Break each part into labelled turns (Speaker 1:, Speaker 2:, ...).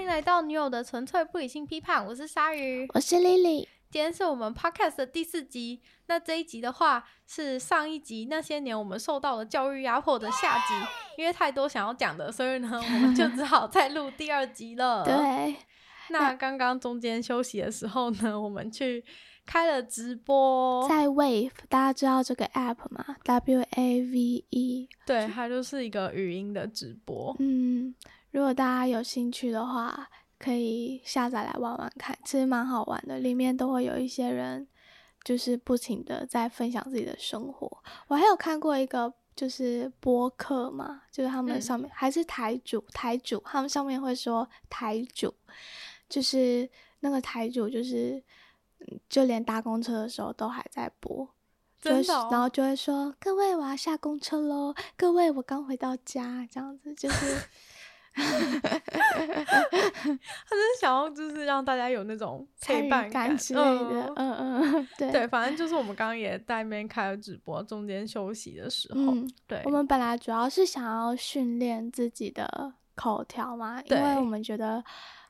Speaker 1: 迎来到《女友的纯粹不理性批判》，我是鲨鱼，
Speaker 2: 我是 Lily。
Speaker 1: 今天是我们 Podcast 的第四集。那这一集的话是上一集那些年我们受到的教育压迫的下集，因为太多想要讲的，所以呢， 我们就只好再录第二集了。
Speaker 2: 对，
Speaker 1: 那刚刚中间休息的时候呢，我们去开了直播，
Speaker 2: 在 Wave，大家知道这个 app 吗？W A V E。
Speaker 1: 对，它就是一个语音的直播。
Speaker 2: 嗯，如果大家有兴趣的话，可以下载来玩玩看，其实蛮好玩的。里面都会有一些人，就是不停的在分享自己的生活。我还有看过一个。就是播客嘛，就是他
Speaker 1: 嗯
Speaker 2: 们上面、还是台主，台主他们上面会说台主，就是那个台主，就是嗯就连搭公车的时候都还在播，就会
Speaker 1: 真的哦
Speaker 2: 然后就会说各位我要下公车喽，各位我刚回到家，这样子就是
Speaker 1: 他就是想要就是让大家有那种
Speaker 2: 参
Speaker 1: 陪
Speaker 2: 与
Speaker 1: 伴
Speaker 2: 感之类的
Speaker 1: 嗯，
Speaker 2: 嗯嗯， 对
Speaker 1: 对，反正就是我们刚刚也在那边开了直播，中间休息的时候，
Speaker 2: 嗯，
Speaker 1: 对
Speaker 2: 我，们本来主要是想要训练自己的口条嘛，因为
Speaker 1: 对
Speaker 2: 我们觉得，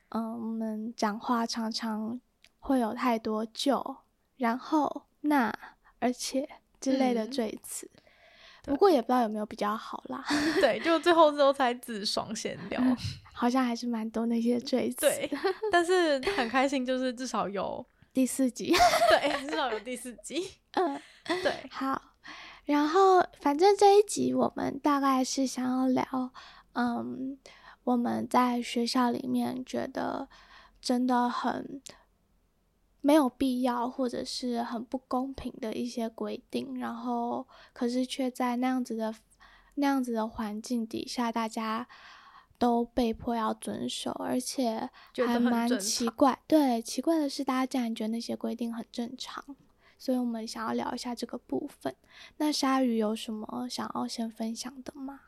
Speaker 2: 嗯，我们讲话常常会有太多就、然后、那、而且之类的
Speaker 1: 嗯
Speaker 2: 赘词。
Speaker 1: 对
Speaker 2: 不过也不知道有没有比较好啦，
Speaker 1: 对，就最后之后才自爽闲聊，
Speaker 2: 嗯好像还是蛮多那些赘词。
Speaker 1: 嗯对，但是很开心，就是至少有，
Speaker 2: 第四集，
Speaker 1: 对，至少有第四集，
Speaker 2: 嗯，
Speaker 1: 对，
Speaker 2: 好。然后，反正这一集我们大概是想要聊，嗯，我们在学校里面觉得真的很没有必要，或者是很不公平的一些规定，然后可是却在那样子的那样子的环境底下，大家都被迫要遵守，而且
Speaker 1: 觉得
Speaker 2: 还
Speaker 1: 很
Speaker 2: 蛮
Speaker 1: 正
Speaker 2: 奇
Speaker 1: 常
Speaker 2: 怪。对，奇怪的是，大家竟然觉得那些规定很正常，所以我们想要聊一下这个部分。那鲨鱼有什么想要先分享的吗？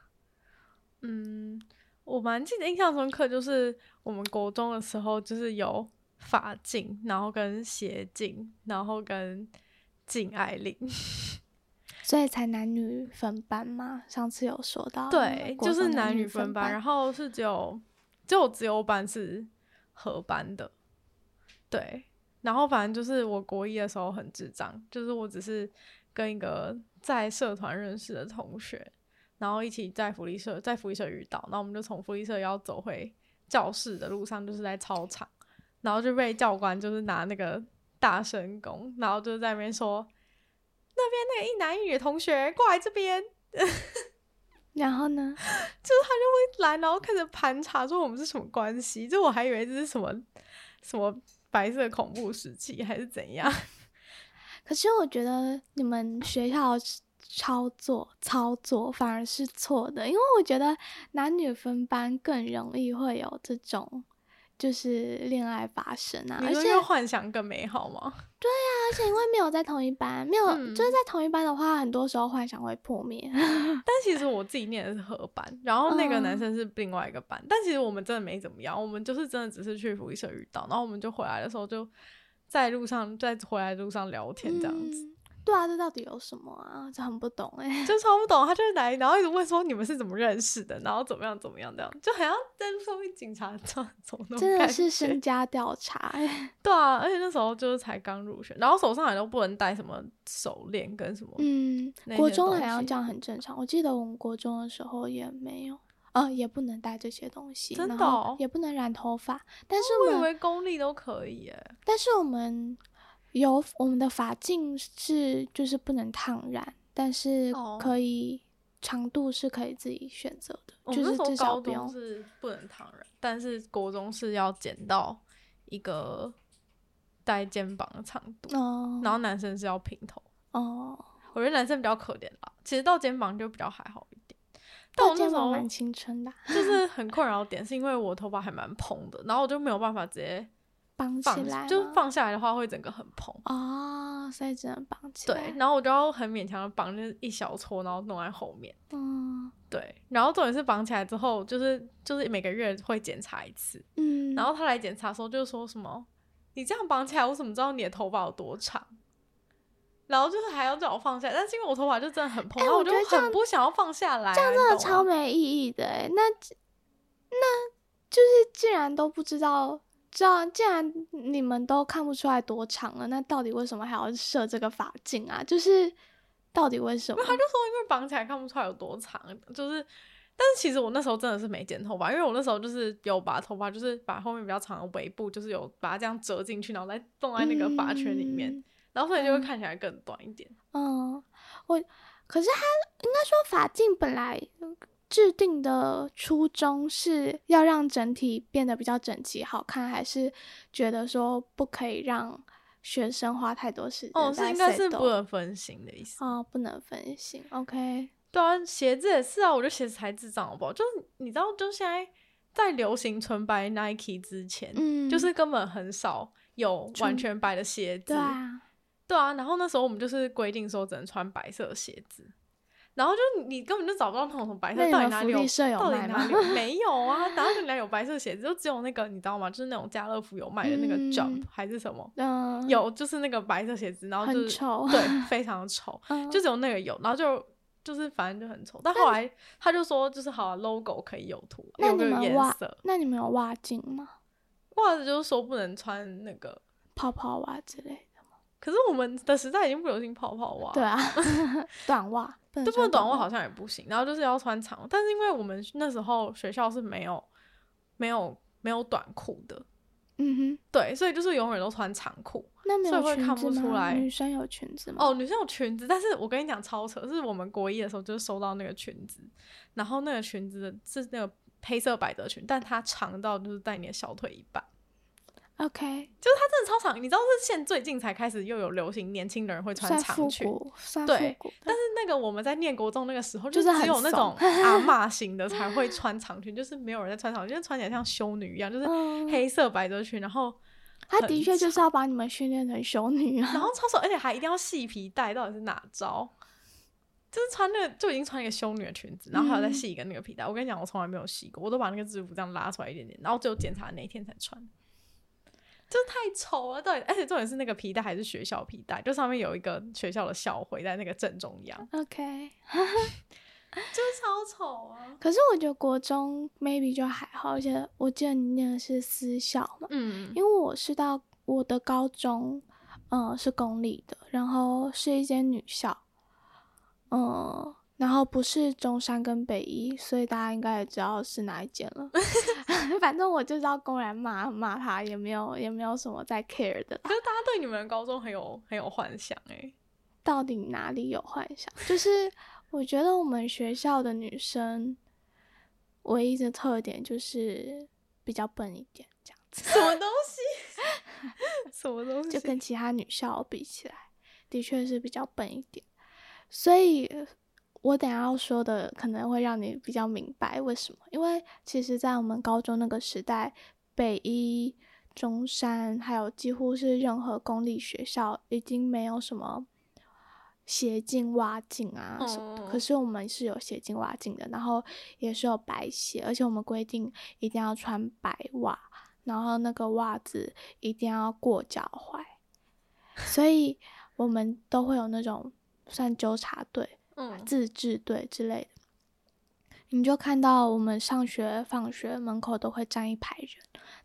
Speaker 1: 嗯，我蛮记得印象深刻，就是我们国中的时候，就是有法镜，然后跟斜镜，然后跟禁爱令，
Speaker 2: 所以才男女分班吗？上次有说到，
Speaker 1: 对，
Speaker 2: 哦国
Speaker 1: 就
Speaker 2: 中
Speaker 1: 是
Speaker 2: 男
Speaker 1: 男
Speaker 2: 女
Speaker 1: 女分班，
Speaker 2: 班，
Speaker 1: 然后是只有只有自由班是合班的，对。然后反正就是我国一的时候很智障，就是我只是跟一个在社团认识的同学，然后一起在福利社在福利社遇到，然后我们就从福利社要走回教室的路上，就是在操场，然后就被教官就是拿那个大声公，然后就在那边说。那边那个一男一女的同学过来这边，
Speaker 2: 然后呢？
Speaker 1: 来，然后开始盘查说我们是什么关系，就我还以为这是什么什么白色恐怖时期还是怎样，
Speaker 2: 可是我觉得你们学校操作操作反而是错的，因为我觉得男女分班更容易会有这种就是恋爱发生啊，
Speaker 1: 你
Speaker 2: 而
Speaker 1: 说
Speaker 2: 且
Speaker 1: 这幻想更美好吗？
Speaker 2: 而且因为没有在同一班，没有、
Speaker 1: 嗯
Speaker 2: 就是在同一班的话，很多时候幻想会破灭。
Speaker 1: 但其实我自己念的是合班，然后那个男
Speaker 2: 嗯
Speaker 1: 生是另外一个班，但其实我们真的没怎么样，我们就是真的只是去福利社遇到，然后我们就回来的时候就在路上，在回来的路上聊天这样子。
Speaker 2: 嗯对啊，这到底有什么啊？这很不懂 哎、
Speaker 1: 就超不懂，他就是来，然后一直问说你们是怎么认识的，然后怎么样怎么样这样，就好像在路上被警察抓走那种
Speaker 2: 真的
Speaker 1: 感
Speaker 2: 是
Speaker 1: 觉
Speaker 2: 身家调查哎、
Speaker 1: 对啊，而且那时候就是才刚入学，然后手上还都不能戴什么手链跟什么，
Speaker 2: 嗯
Speaker 1: 那，
Speaker 2: 国
Speaker 1: 些
Speaker 2: 中
Speaker 1: 东
Speaker 2: 好像
Speaker 1: 西
Speaker 2: 这样很正常。我记得我们国中的时候也没有，呃，也不能带这些东西，
Speaker 1: 真
Speaker 2: 然
Speaker 1: 的
Speaker 2: 后
Speaker 1: 哦
Speaker 2: 也不能染头发。但是
Speaker 1: 我
Speaker 2: 我
Speaker 1: 以
Speaker 2: 们，
Speaker 1: 为公立都可以耶。
Speaker 2: 但是我们有我们的发镜是就是不能烫染，但是
Speaker 1: 哦
Speaker 2: 可以、长度是可以自己选择
Speaker 1: 我
Speaker 2: 的，
Speaker 1: 们那
Speaker 2: 就是
Speaker 1: 时候
Speaker 2: 至少
Speaker 1: 高
Speaker 2: 不
Speaker 1: 中
Speaker 2: 用
Speaker 1: 是不能烫染，但是国中是要剪到一个戴肩膀的长度，
Speaker 2: 哦
Speaker 1: 然后男生是要平头。
Speaker 2: 哦，
Speaker 1: 我觉得男生比较可怜啦，其实到肩膀就比较还好一点。但
Speaker 2: 到
Speaker 1: 我那
Speaker 2: 肩
Speaker 1: 时
Speaker 2: 膀
Speaker 1: 候
Speaker 2: 蛮青春的啊，
Speaker 1: 就是 很困扰的点，是因为我头发还蛮蓬的，然后我就没有办法直接
Speaker 2: 绑起来
Speaker 1: 放，就是
Speaker 2: 吗
Speaker 1: 放下来的话会整个很蓬。
Speaker 2: 哦，所以只能绑起来。
Speaker 1: 对，，然后我就要很勉强的绑，就是一小撮，然后弄在后面。
Speaker 2: 嗯
Speaker 1: 对，然后重点是绑起来之后，就是就是每个月会检查一次，
Speaker 2: 嗯，
Speaker 1: 然后他来检查的时候就说什么：“你这样绑起来，我怎么知道你的头发有多长？”然后就是还要叫我放下来，但是因为我头发就真的很蓬，
Speaker 2: 哎
Speaker 1: 然后
Speaker 2: 我
Speaker 1: 就
Speaker 2: 觉得这
Speaker 1: 很
Speaker 2: 样
Speaker 1: 不想要放下来啊、
Speaker 2: 这样真
Speaker 1: 你懂
Speaker 2: 的
Speaker 1: 吗
Speaker 2: 超没意义的欸。那那就是既然都不知道，知道既然你们都看不出来多长了，那到底为什么还要设这个法镜啊？就是到底为什么
Speaker 1: 那？他就说因为绑起来看不出来有多长，就是，但是其实我那时候真的是没剪头发，因为我那时候就是有把头发，就是把后面比较长的尾部，就是有把它这样折进去，然后再弄在那个发圈里面，然后所以就会看起来更短一点。
Speaker 2: 嗯，嗯，我可是他应该说法镜本来制定的初衷是要让整体变得比较整齐好看，还是觉得说不可以让学生花太多时
Speaker 1: 哦，
Speaker 2: 间
Speaker 1: 是
Speaker 2: 在
Speaker 1: 应
Speaker 2: 奋
Speaker 1: 该是
Speaker 2: 斗？
Speaker 1: 不能分心的意思。
Speaker 2: 哦，不能分心。OK，
Speaker 1: 对啊，鞋子也是啊，我觉得鞋子才智障好不好？就是你知道，就现在在流行纯白 Nike 之前，
Speaker 2: 嗯，
Speaker 1: 就是根本很少有完
Speaker 2: 纯
Speaker 1: 全白的鞋子。
Speaker 2: 对啊，
Speaker 1: 对啊，然后那时候我们就是规定说只能穿白色的鞋子，然后就你根本就找不到那种什么白
Speaker 2: 那
Speaker 1: 色
Speaker 2: 你
Speaker 1: 到底
Speaker 2: 们
Speaker 1: 哪
Speaker 2: 福
Speaker 1: 里有
Speaker 2: 利，社有
Speaker 1: 到底
Speaker 2: 卖
Speaker 1: 哪
Speaker 2: 吗
Speaker 1: 里有没有啊？哪里哪有白色鞋子，就只有那个你知道吗？就是那种家乐福有卖的那个
Speaker 2: 嗯
Speaker 1: Jump、还是什么，
Speaker 2: 嗯，
Speaker 1: 有就是那个白色鞋子，然后就
Speaker 2: 很
Speaker 1: 是
Speaker 2: 丑
Speaker 1: 对， 非常丑，
Speaker 2: 嗯，
Speaker 1: 就只有那个有，然后就。就是反正就很丑，但后来他就说，就是好、啊、logo 可以有图，
Speaker 2: 那
Speaker 1: 有
Speaker 2: 你
Speaker 1: 个
Speaker 2: 们
Speaker 1: 颜
Speaker 2: 袜
Speaker 1: 色，
Speaker 2: 那你们有袜镜吗？
Speaker 1: 袜子就是说不能穿那个，
Speaker 2: 泡泡袜之类的？
Speaker 1: 可是我们的时代已经不流行泡泡袜，
Speaker 2: 对啊，嗯短哦袜不
Speaker 1: 哦对，
Speaker 2: 能
Speaker 1: 不
Speaker 2: 穿
Speaker 1: 能短袜
Speaker 2: 袜
Speaker 1: 好像也不行，然后就是要穿长袜，但是因为我们那时候学校是没有没有没有短裤的，
Speaker 2: 嗯
Speaker 1: 对，所以就是永远都穿长裤。
Speaker 2: 哼，那没
Speaker 1: 所以
Speaker 2: 有
Speaker 1: 会
Speaker 2: 裙
Speaker 1: 看
Speaker 2: 子
Speaker 1: 不出
Speaker 2: 吗？
Speaker 1: 来
Speaker 2: 女生有裙子吗？
Speaker 1: 哦，女生有裙子，但是我跟你讲超扯，是我们国一的时候就是收到那个裙子，然后那个裙子的是那个黑色百褶裙，但它长到就是在你的小腿一半，哦
Speaker 2: ，OK，
Speaker 1: 就是它真的超长。你知道是现最近才开始又有流行年轻人会穿
Speaker 2: 算
Speaker 1: 长
Speaker 2: 复
Speaker 1: 裙，
Speaker 2: 古，算复
Speaker 1: 对
Speaker 2: 古的，
Speaker 1: 但是那个我们在念国中那个时候，
Speaker 2: 就是
Speaker 1: 只
Speaker 2: 是
Speaker 1: 有
Speaker 2: 很
Speaker 1: 那种
Speaker 2: 怂
Speaker 1: 阿嬷型的才会穿长裙，就是没有人在穿长裙，就是穿起来像修女一样，就是
Speaker 2: 嗯
Speaker 1: 黑色百褶裙，然后
Speaker 2: 他
Speaker 1: 很
Speaker 2: 的确就是要把你们训练成修女啊
Speaker 1: 然。后超手，而且还一定要系皮带，到底是哪招？就是穿那个就已经穿一个修女的裙子，然后还要再
Speaker 2: 嗯
Speaker 1: 系一个那个皮带。我跟你讲，我从来没有系过，我都把那个制服这样拉出来一点点，然后只有检查那一天才穿，就是太丑了。到底，而且重点是那个皮带还是学校皮带，就上面有一个学校的校徽在那个正中 央，
Speaker 2: OK，
Speaker 1: 就是超丑啊。
Speaker 2: 可是我觉得国中 maybe 就还好，而且我记得你念的是私校嘛，
Speaker 1: 嗯，
Speaker 2: 因为我是到我的高中，嗯、是公立的，然后是一间女校，嗯、然后不是中山跟北一，所以大家应该也知道是哪一间了。 反正我就知道公然骂骂他，也没有也没有什么在 care 的啦
Speaker 1: 可是大家对你们的高中很有很有幻想哎、
Speaker 2: 到底哪里有幻想？就是我觉得我们学校的女生唯一的特点就是比较笨一点，这样子。
Speaker 1: 什么东西？ 什么东西？
Speaker 2: 就跟其他女校比起来，的确是比较笨一点。所以，我等一下要说的可能会让你比较明白为什么，因为其实，在我们高中那个时代，北一、中山，还有几乎是任何公立学校，已经没有什么斜进、挖进啊什么的。
Speaker 1: 哦
Speaker 2: 可是我们是有斜进、挖进的，然后也是有白鞋，而且我们规定一定要穿白袜。然后那个袜子一定要过脚踝，所以我们都会有那种算纠察队、
Speaker 1: 嗯，
Speaker 2: 自治队之类的。你就看到我们上学、放学门口都会站一排人，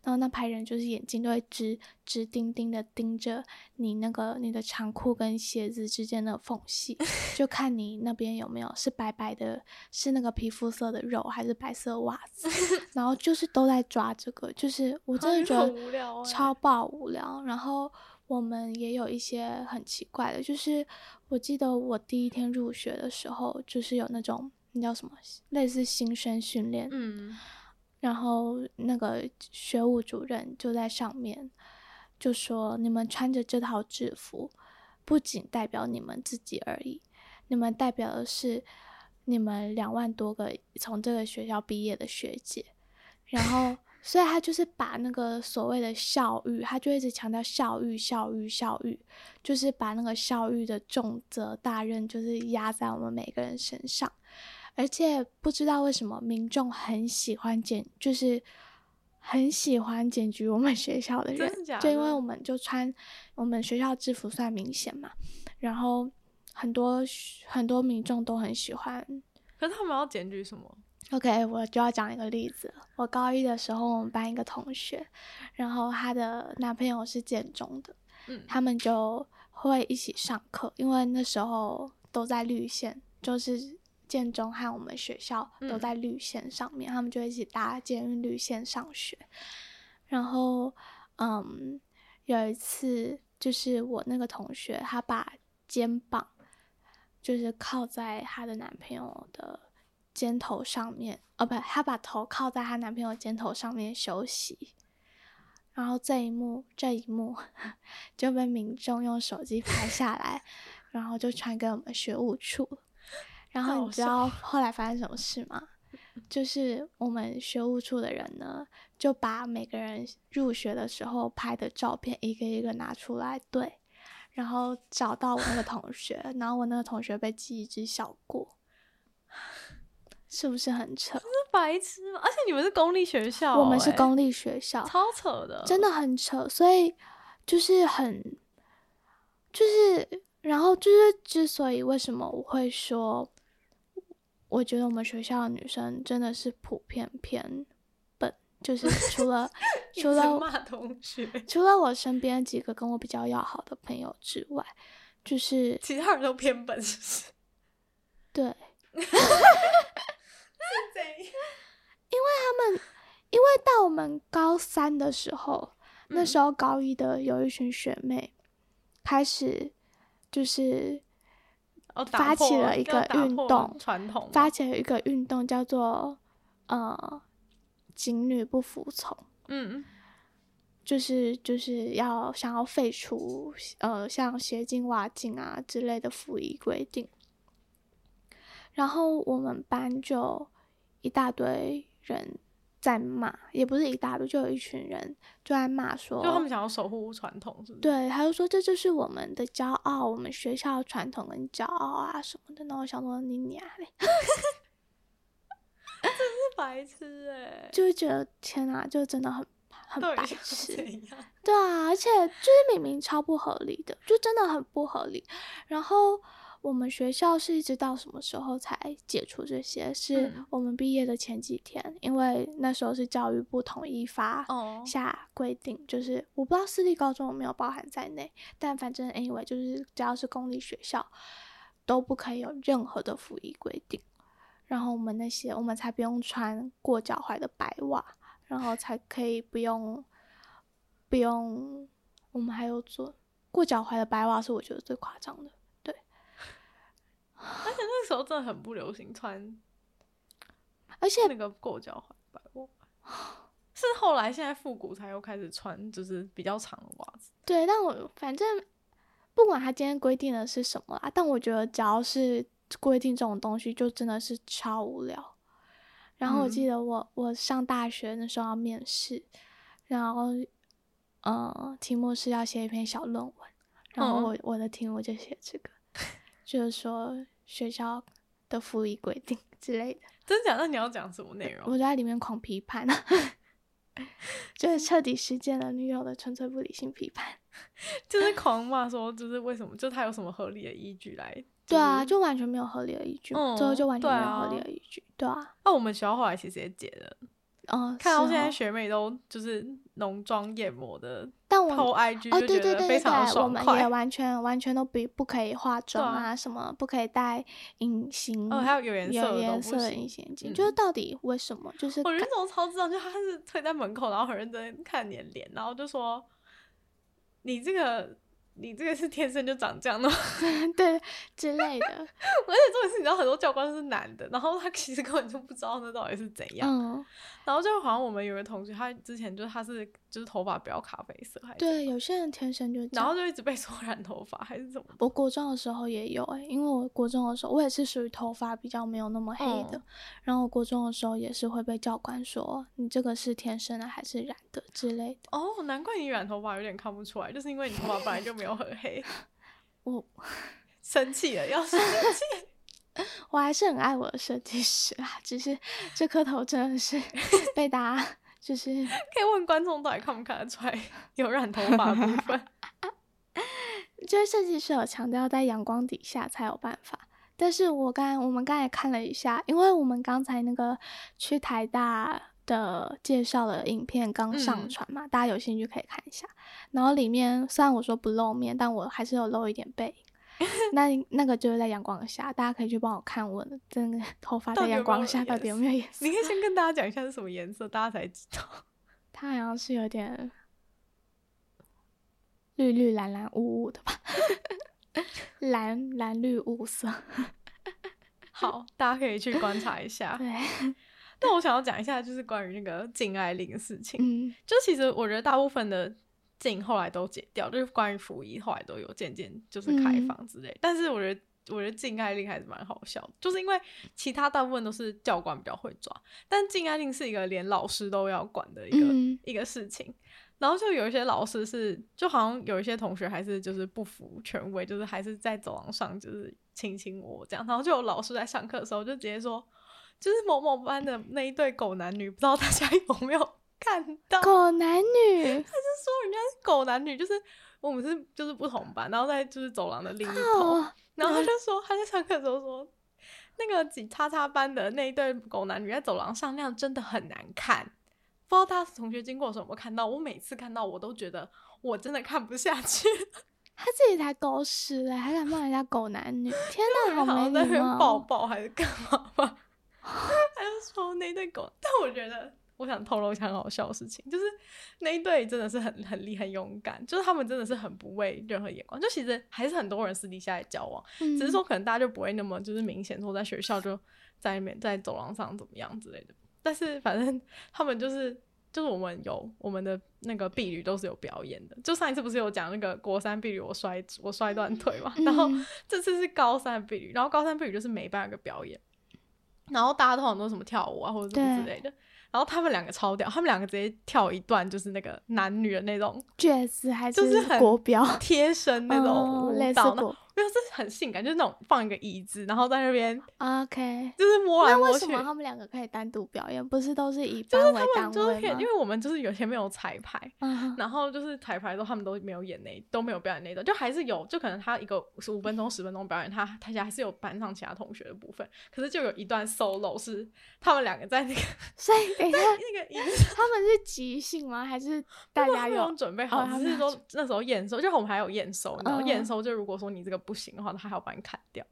Speaker 2: 然后那排人就是眼睛都会直直盯盯的盯着你那个你的长裤跟鞋子之间的缝 隙，就看你那边有没有是白白的，是那个皮肤色的肉还是白色袜子， 然后就是都在抓这个，就是我
Speaker 1: 啊
Speaker 2: 真
Speaker 1: 你
Speaker 2: 的觉
Speaker 1: 好
Speaker 2: 得
Speaker 1: 无聊欸
Speaker 2: 超爆无聊。然后我们也有一些很奇怪的，就是我记得我第一天入学的时候，就是有那种那叫什么，类似新生训练，
Speaker 1: 嗯，
Speaker 2: 然后那个学务主任就在上面就说：“你们穿着这套制服，不仅代表你们自己而已，你们代表的是你们两万多个从这个学校毕业的学姐。”然后，所以他就是把那个所谓的校育，他就一直强调校育、校育、校育，就是把那个校育的重责大任就是压在我们每个人身上。而且不知道为什么民众很喜欢检，就是很喜欢检举我们学校的人
Speaker 1: 真的假，
Speaker 2: 就因为
Speaker 1: 的
Speaker 2: 我们就穿我们学校制服算明显嘛，然后很多很多民众都很喜欢
Speaker 1: 可是他们要检举什么？
Speaker 2: OK，我就要讲一个例子了。我高一的时候，我们班一个同学，然后她的男朋友是建中的，
Speaker 1: 嗯，
Speaker 2: 他们就会一起上课，因为那时候都在绿线，就是建中和我们学校都在绿线上面，他们就一起搭捷运绿线上学。然后，嗯，有一次就是我那个同学，她把肩膀就是靠在她的男朋友的肩头上面，哦不，她把头靠在她男朋友肩头上面休息。然后这一幕，这一幕 就被民众用手机拍下来，然后就传给我们学务处。然后你知道后来发生什么事吗？就是我们学务处的人呢，就把每个人入学的时候拍的照片一个一个拿出来对，然后找到我那个同学，然后我那个同学被记一只小过， 是不是很扯？
Speaker 1: 是白痴吗？而且你们是公立学校、
Speaker 2: 我们是
Speaker 1: 欸
Speaker 2: 公立学校，
Speaker 1: 超扯的，
Speaker 2: 真
Speaker 1: 的。
Speaker 2: 的很扯，所以就是很，就是然后就是之所以为什么我会说，我觉得我们学校的女生真的是普遍偏笨，就是除了除了
Speaker 1: 骂同学，
Speaker 2: 除了我身边几个跟我比较要好的朋友之外，就是
Speaker 1: 其他人都偏本，是不 是？
Speaker 2: 对
Speaker 1: 怎样？
Speaker 2: 因为到我们高三的时候，
Speaker 1: 嗯
Speaker 2: 那时候高一的有一群学妹开始就是
Speaker 1: 哦，打
Speaker 2: 发起
Speaker 1: 破
Speaker 2: 了一
Speaker 1: 要
Speaker 2: 个
Speaker 1: 打
Speaker 2: 运
Speaker 1: 破
Speaker 2: 动，
Speaker 1: 传统吗
Speaker 2: 发起了一个运动叫做呃“警女不服从
Speaker 1: 嗯”，
Speaker 2: 就是就是要想要废除呃像鞋禁、袜禁啊之类的服役规定。然后我们班就一大堆人在骂，也不是一大堆，就有一群人就在骂说，
Speaker 1: 就他们想要守护传统，是不是？
Speaker 2: 对，他就说这就是我们的骄傲，我们学校的传统跟骄傲啊什么的。那我想说你娘嘞，
Speaker 1: 是白痴哎、
Speaker 2: 就会觉得天哪，就真的很很
Speaker 1: 到
Speaker 2: 白
Speaker 1: 底想
Speaker 2: 痴。
Speaker 1: 怎样？
Speaker 2: 对啊，而且就是明明超不合理的，就真的很不合理。然后我们学校是一直到什么时候才解除这些？是
Speaker 1: 嗯
Speaker 2: 我们毕业的前几天，因为那时候是教育部统一发
Speaker 1: 哦
Speaker 2: 下规定，就是我不知道私立高中有没有包含在内，但反正 anyway 就是只要是公立学校都不可以有任何的服役规定。然后我们那些我们才不用穿过脚踝的白袜，然后才可以不用不用，我们还有做过脚踝的白袜是我觉得最夸张的，
Speaker 1: 而且那时候真的很不流行穿
Speaker 2: 而且
Speaker 1: 那个过脚踝白袜，是后来现在复古才又开始穿，就是比较长的袜子。
Speaker 2: 对，但我反正不管他今天规定的是什么啦，但我觉得只要是规定这种东西，就真的是超无聊。然后我记得我、我上大学那时候要面试，然后呃，题目是要写一篇小论文，然后
Speaker 1: 嗯
Speaker 2: 我、我的题目就写这个，就是说学校的服役规定 之类的，
Speaker 1: 真假？那你要讲什么内容？
Speaker 2: 我就在里面狂批判，啊 就是彻底实践了女友的纯粹不理性批判。
Speaker 1: 就是狂骂说，就是为什么？就他有什么合理的依据来？
Speaker 2: 对啊，
Speaker 1: 是
Speaker 2: 就完全没有合理的依据，最后
Speaker 1: 嗯
Speaker 2: 就完全
Speaker 1: 对
Speaker 2: 没有合理
Speaker 1: 啊
Speaker 2: 的依据，对啊，
Speaker 1: 那、我们学校后来其实也解了，
Speaker 2: 嗯，
Speaker 1: 看到
Speaker 2: 是
Speaker 1: 现在
Speaker 2: 哦
Speaker 1: 学妹都就是浓妆艳抹的
Speaker 2: 但我
Speaker 1: 偷 IG，
Speaker 2: 哦，
Speaker 1: 就
Speaker 2: 对
Speaker 1: 觉
Speaker 2: 对
Speaker 1: 得
Speaker 2: 对
Speaker 1: 非
Speaker 2: 对
Speaker 1: 常
Speaker 2: 对，我
Speaker 1: 爽
Speaker 2: 们
Speaker 1: 快
Speaker 2: 也。完全完全都不不可以化妆
Speaker 1: 啊
Speaker 2: 啊，什么不可以戴隐形，
Speaker 1: 哦，还有有颜色
Speaker 2: 有
Speaker 1: 的都
Speaker 2: 颜
Speaker 1: 不
Speaker 2: 色的
Speaker 1: 行
Speaker 2: 隐。形眼镜，就是
Speaker 1: 嗯
Speaker 2: 到底为什么？就是
Speaker 1: 我
Speaker 2: 感
Speaker 1: 人总超智障，就他是推在门口，然后很认真看你的脸，然后就说：“你这个，你这个是天生就长这样的吗。
Speaker 2: 对之类 的，
Speaker 1: 而且重点是，你知道很多教官是男的，然后他其实根本就不知道那到底是怎样。
Speaker 2: 嗯，
Speaker 1: 然后就好像我们有个同学，他之前就是他是就是头发不要咖啡色，还是
Speaker 2: 对，有些人天生就这
Speaker 1: 然后
Speaker 2: 样。
Speaker 1: 就一直被说染头发还是怎么的。
Speaker 2: 我国中的时候也有哎、因为我国中的时候我也是属于头发比较没有那么黑的，
Speaker 1: 嗯
Speaker 2: 然后我国中的时候也是会被教官说你这个是天生的还是染的之类的。
Speaker 1: 哦，难怪你染头发有点看不出来，就是因为你头发本来就没有很黑。
Speaker 2: 我
Speaker 1: 生气 了，要是
Speaker 2: 我还是很爱我的设计师啊，只是这颗头真的是 被大家 就是
Speaker 1: 可以问观众到底看不看得出来有染头发的部 分。
Speaker 2: 就是设计师有强调在阳光底下才有办法，但是我刚才我们刚才看了一下，因为我们刚才那个去台大的介绍的影片刚上
Speaker 1: 嗯
Speaker 2: 传嘛，大家有兴趣可以看一下。然后里面虽然我说不露面，但我还是有露一点背影。 那那个就是在阳光下，大家可以去帮我看我的真的头发
Speaker 1: 到
Speaker 2: 在
Speaker 1: 底
Speaker 2: 阳
Speaker 1: 有没有
Speaker 2: 光下到底有没有颜色
Speaker 1: 你。可以先跟大家讲一下是什么颜色，大家才知道。
Speaker 2: 它好像是有点绿绿蓝蓝雾雾的 吧， 蓝蓝绿雾色。
Speaker 1: 好，大家可以去观察一下。
Speaker 2: 对，
Speaker 1: 但我想要讲一下，就是关于那个禁爱令的事情。
Speaker 2: 嗯
Speaker 1: 就其实我觉得大部分的禁后来都解掉，就是关于服役后来都有渐渐就是开放之类。但是我觉得。我觉得禁爱令还是蛮好笑的，就是因为其他大部分都是教官比较会抓，但禁爱令是一个连老师都要管的一个、
Speaker 2: 嗯
Speaker 1: 一个事情。然后就有一些老师是，就好像有一些同学还是就是不服权威，就是还是在走廊上就是卿卿我我这样。然后就有老师在上课的时候就直接说，就是某某班的那一对狗男女，不知道大家有没有看到？
Speaker 2: 狗男女，
Speaker 1: 就是说人家是狗男女，就是我们是就是不同班，然后在就是走廊的另一头，
Speaker 2: 哦，
Speaker 1: 然后他就说他在上课的时候说，那个几叉叉班的那一对狗男女在走廊上那样真的很难看，不知道大家同学经过的时候有没有看到，我每次看到我都觉得我真的看不下去，
Speaker 2: 他自己才狗屎嘞，还敢骂人家狗男 女，天哪，
Speaker 1: 好
Speaker 2: 没
Speaker 1: 像在那
Speaker 2: 礼
Speaker 1: 边抱
Speaker 2: 貌！
Speaker 1: 抱还是干嘛吧， 他就说那对狗，但我觉得。我想透露一下很好笑的事情，就是那一对真的是很很厉很勇敢，就是他们真的是很不畏任何眼光，就其实还是很多人私底下在交往，
Speaker 2: 嗯
Speaker 1: 只是说可能大家就不会那么就是明显说在学校就在那边在走廊上怎么样之类的。但是反正他们就是就是我们有我们的那个婢女都是有表演的，就上一次不是有讲那个国三婢女我摔我摔断腿嘛，然后
Speaker 2: 嗯
Speaker 1: 这次是高三婢女，然后高三婢女就是每班有个表演，然后大家通常都是什么跳舞啊或者什么之
Speaker 2: 对
Speaker 1: 类的。然后他们两个超屌，他们两个直接跳一段就是那个男女的那种
Speaker 2: 倔子还
Speaker 1: 就是很
Speaker 2: 国标
Speaker 1: 贴身那种
Speaker 2: 嗯类
Speaker 1: 舞
Speaker 2: 似
Speaker 1: 蹈，
Speaker 2: 国
Speaker 1: 没有，这很性感，就是那种放一个椅子，然后在那边
Speaker 2: OK。
Speaker 1: 就是摸来
Speaker 2: 那
Speaker 1: 摸
Speaker 2: 为
Speaker 1: 去
Speaker 2: 什。么他们两个可以单独表演？不是都是以
Speaker 1: 就是
Speaker 2: 班为
Speaker 1: 他
Speaker 2: 单
Speaker 1: 们就是
Speaker 2: 位
Speaker 1: 可以，
Speaker 2: 吗
Speaker 1: 因？为我们就是有些没有彩排，
Speaker 2: 嗯
Speaker 1: 然后就是彩排都他们都没有演那一都没有表演那一段，就还是有，就可能他一个十五分钟、十分钟表演，他他还是有班上其他同学的部分，可是就有一段 solo 是他们两个在那个
Speaker 2: 所以等一下，
Speaker 1: 那个椅子上，
Speaker 2: 他们是即兴吗？还是大
Speaker 1: 他
Speaker 2: 家
Speaker 1: 们没
Speaker 2: 有
Speaker 1: 有准备好，
Speaker 2: 哦他
Speaker 1: 只
Speaker 2: 们
Speaker 1: 是
Speaker 2: 没有
Speaker 1: 说那时候验收，就我们还有验收，你知道
Speaker 2: 嗯
Speaker 1: 验收就如果说你这个不行的话，他还要把你砍掉。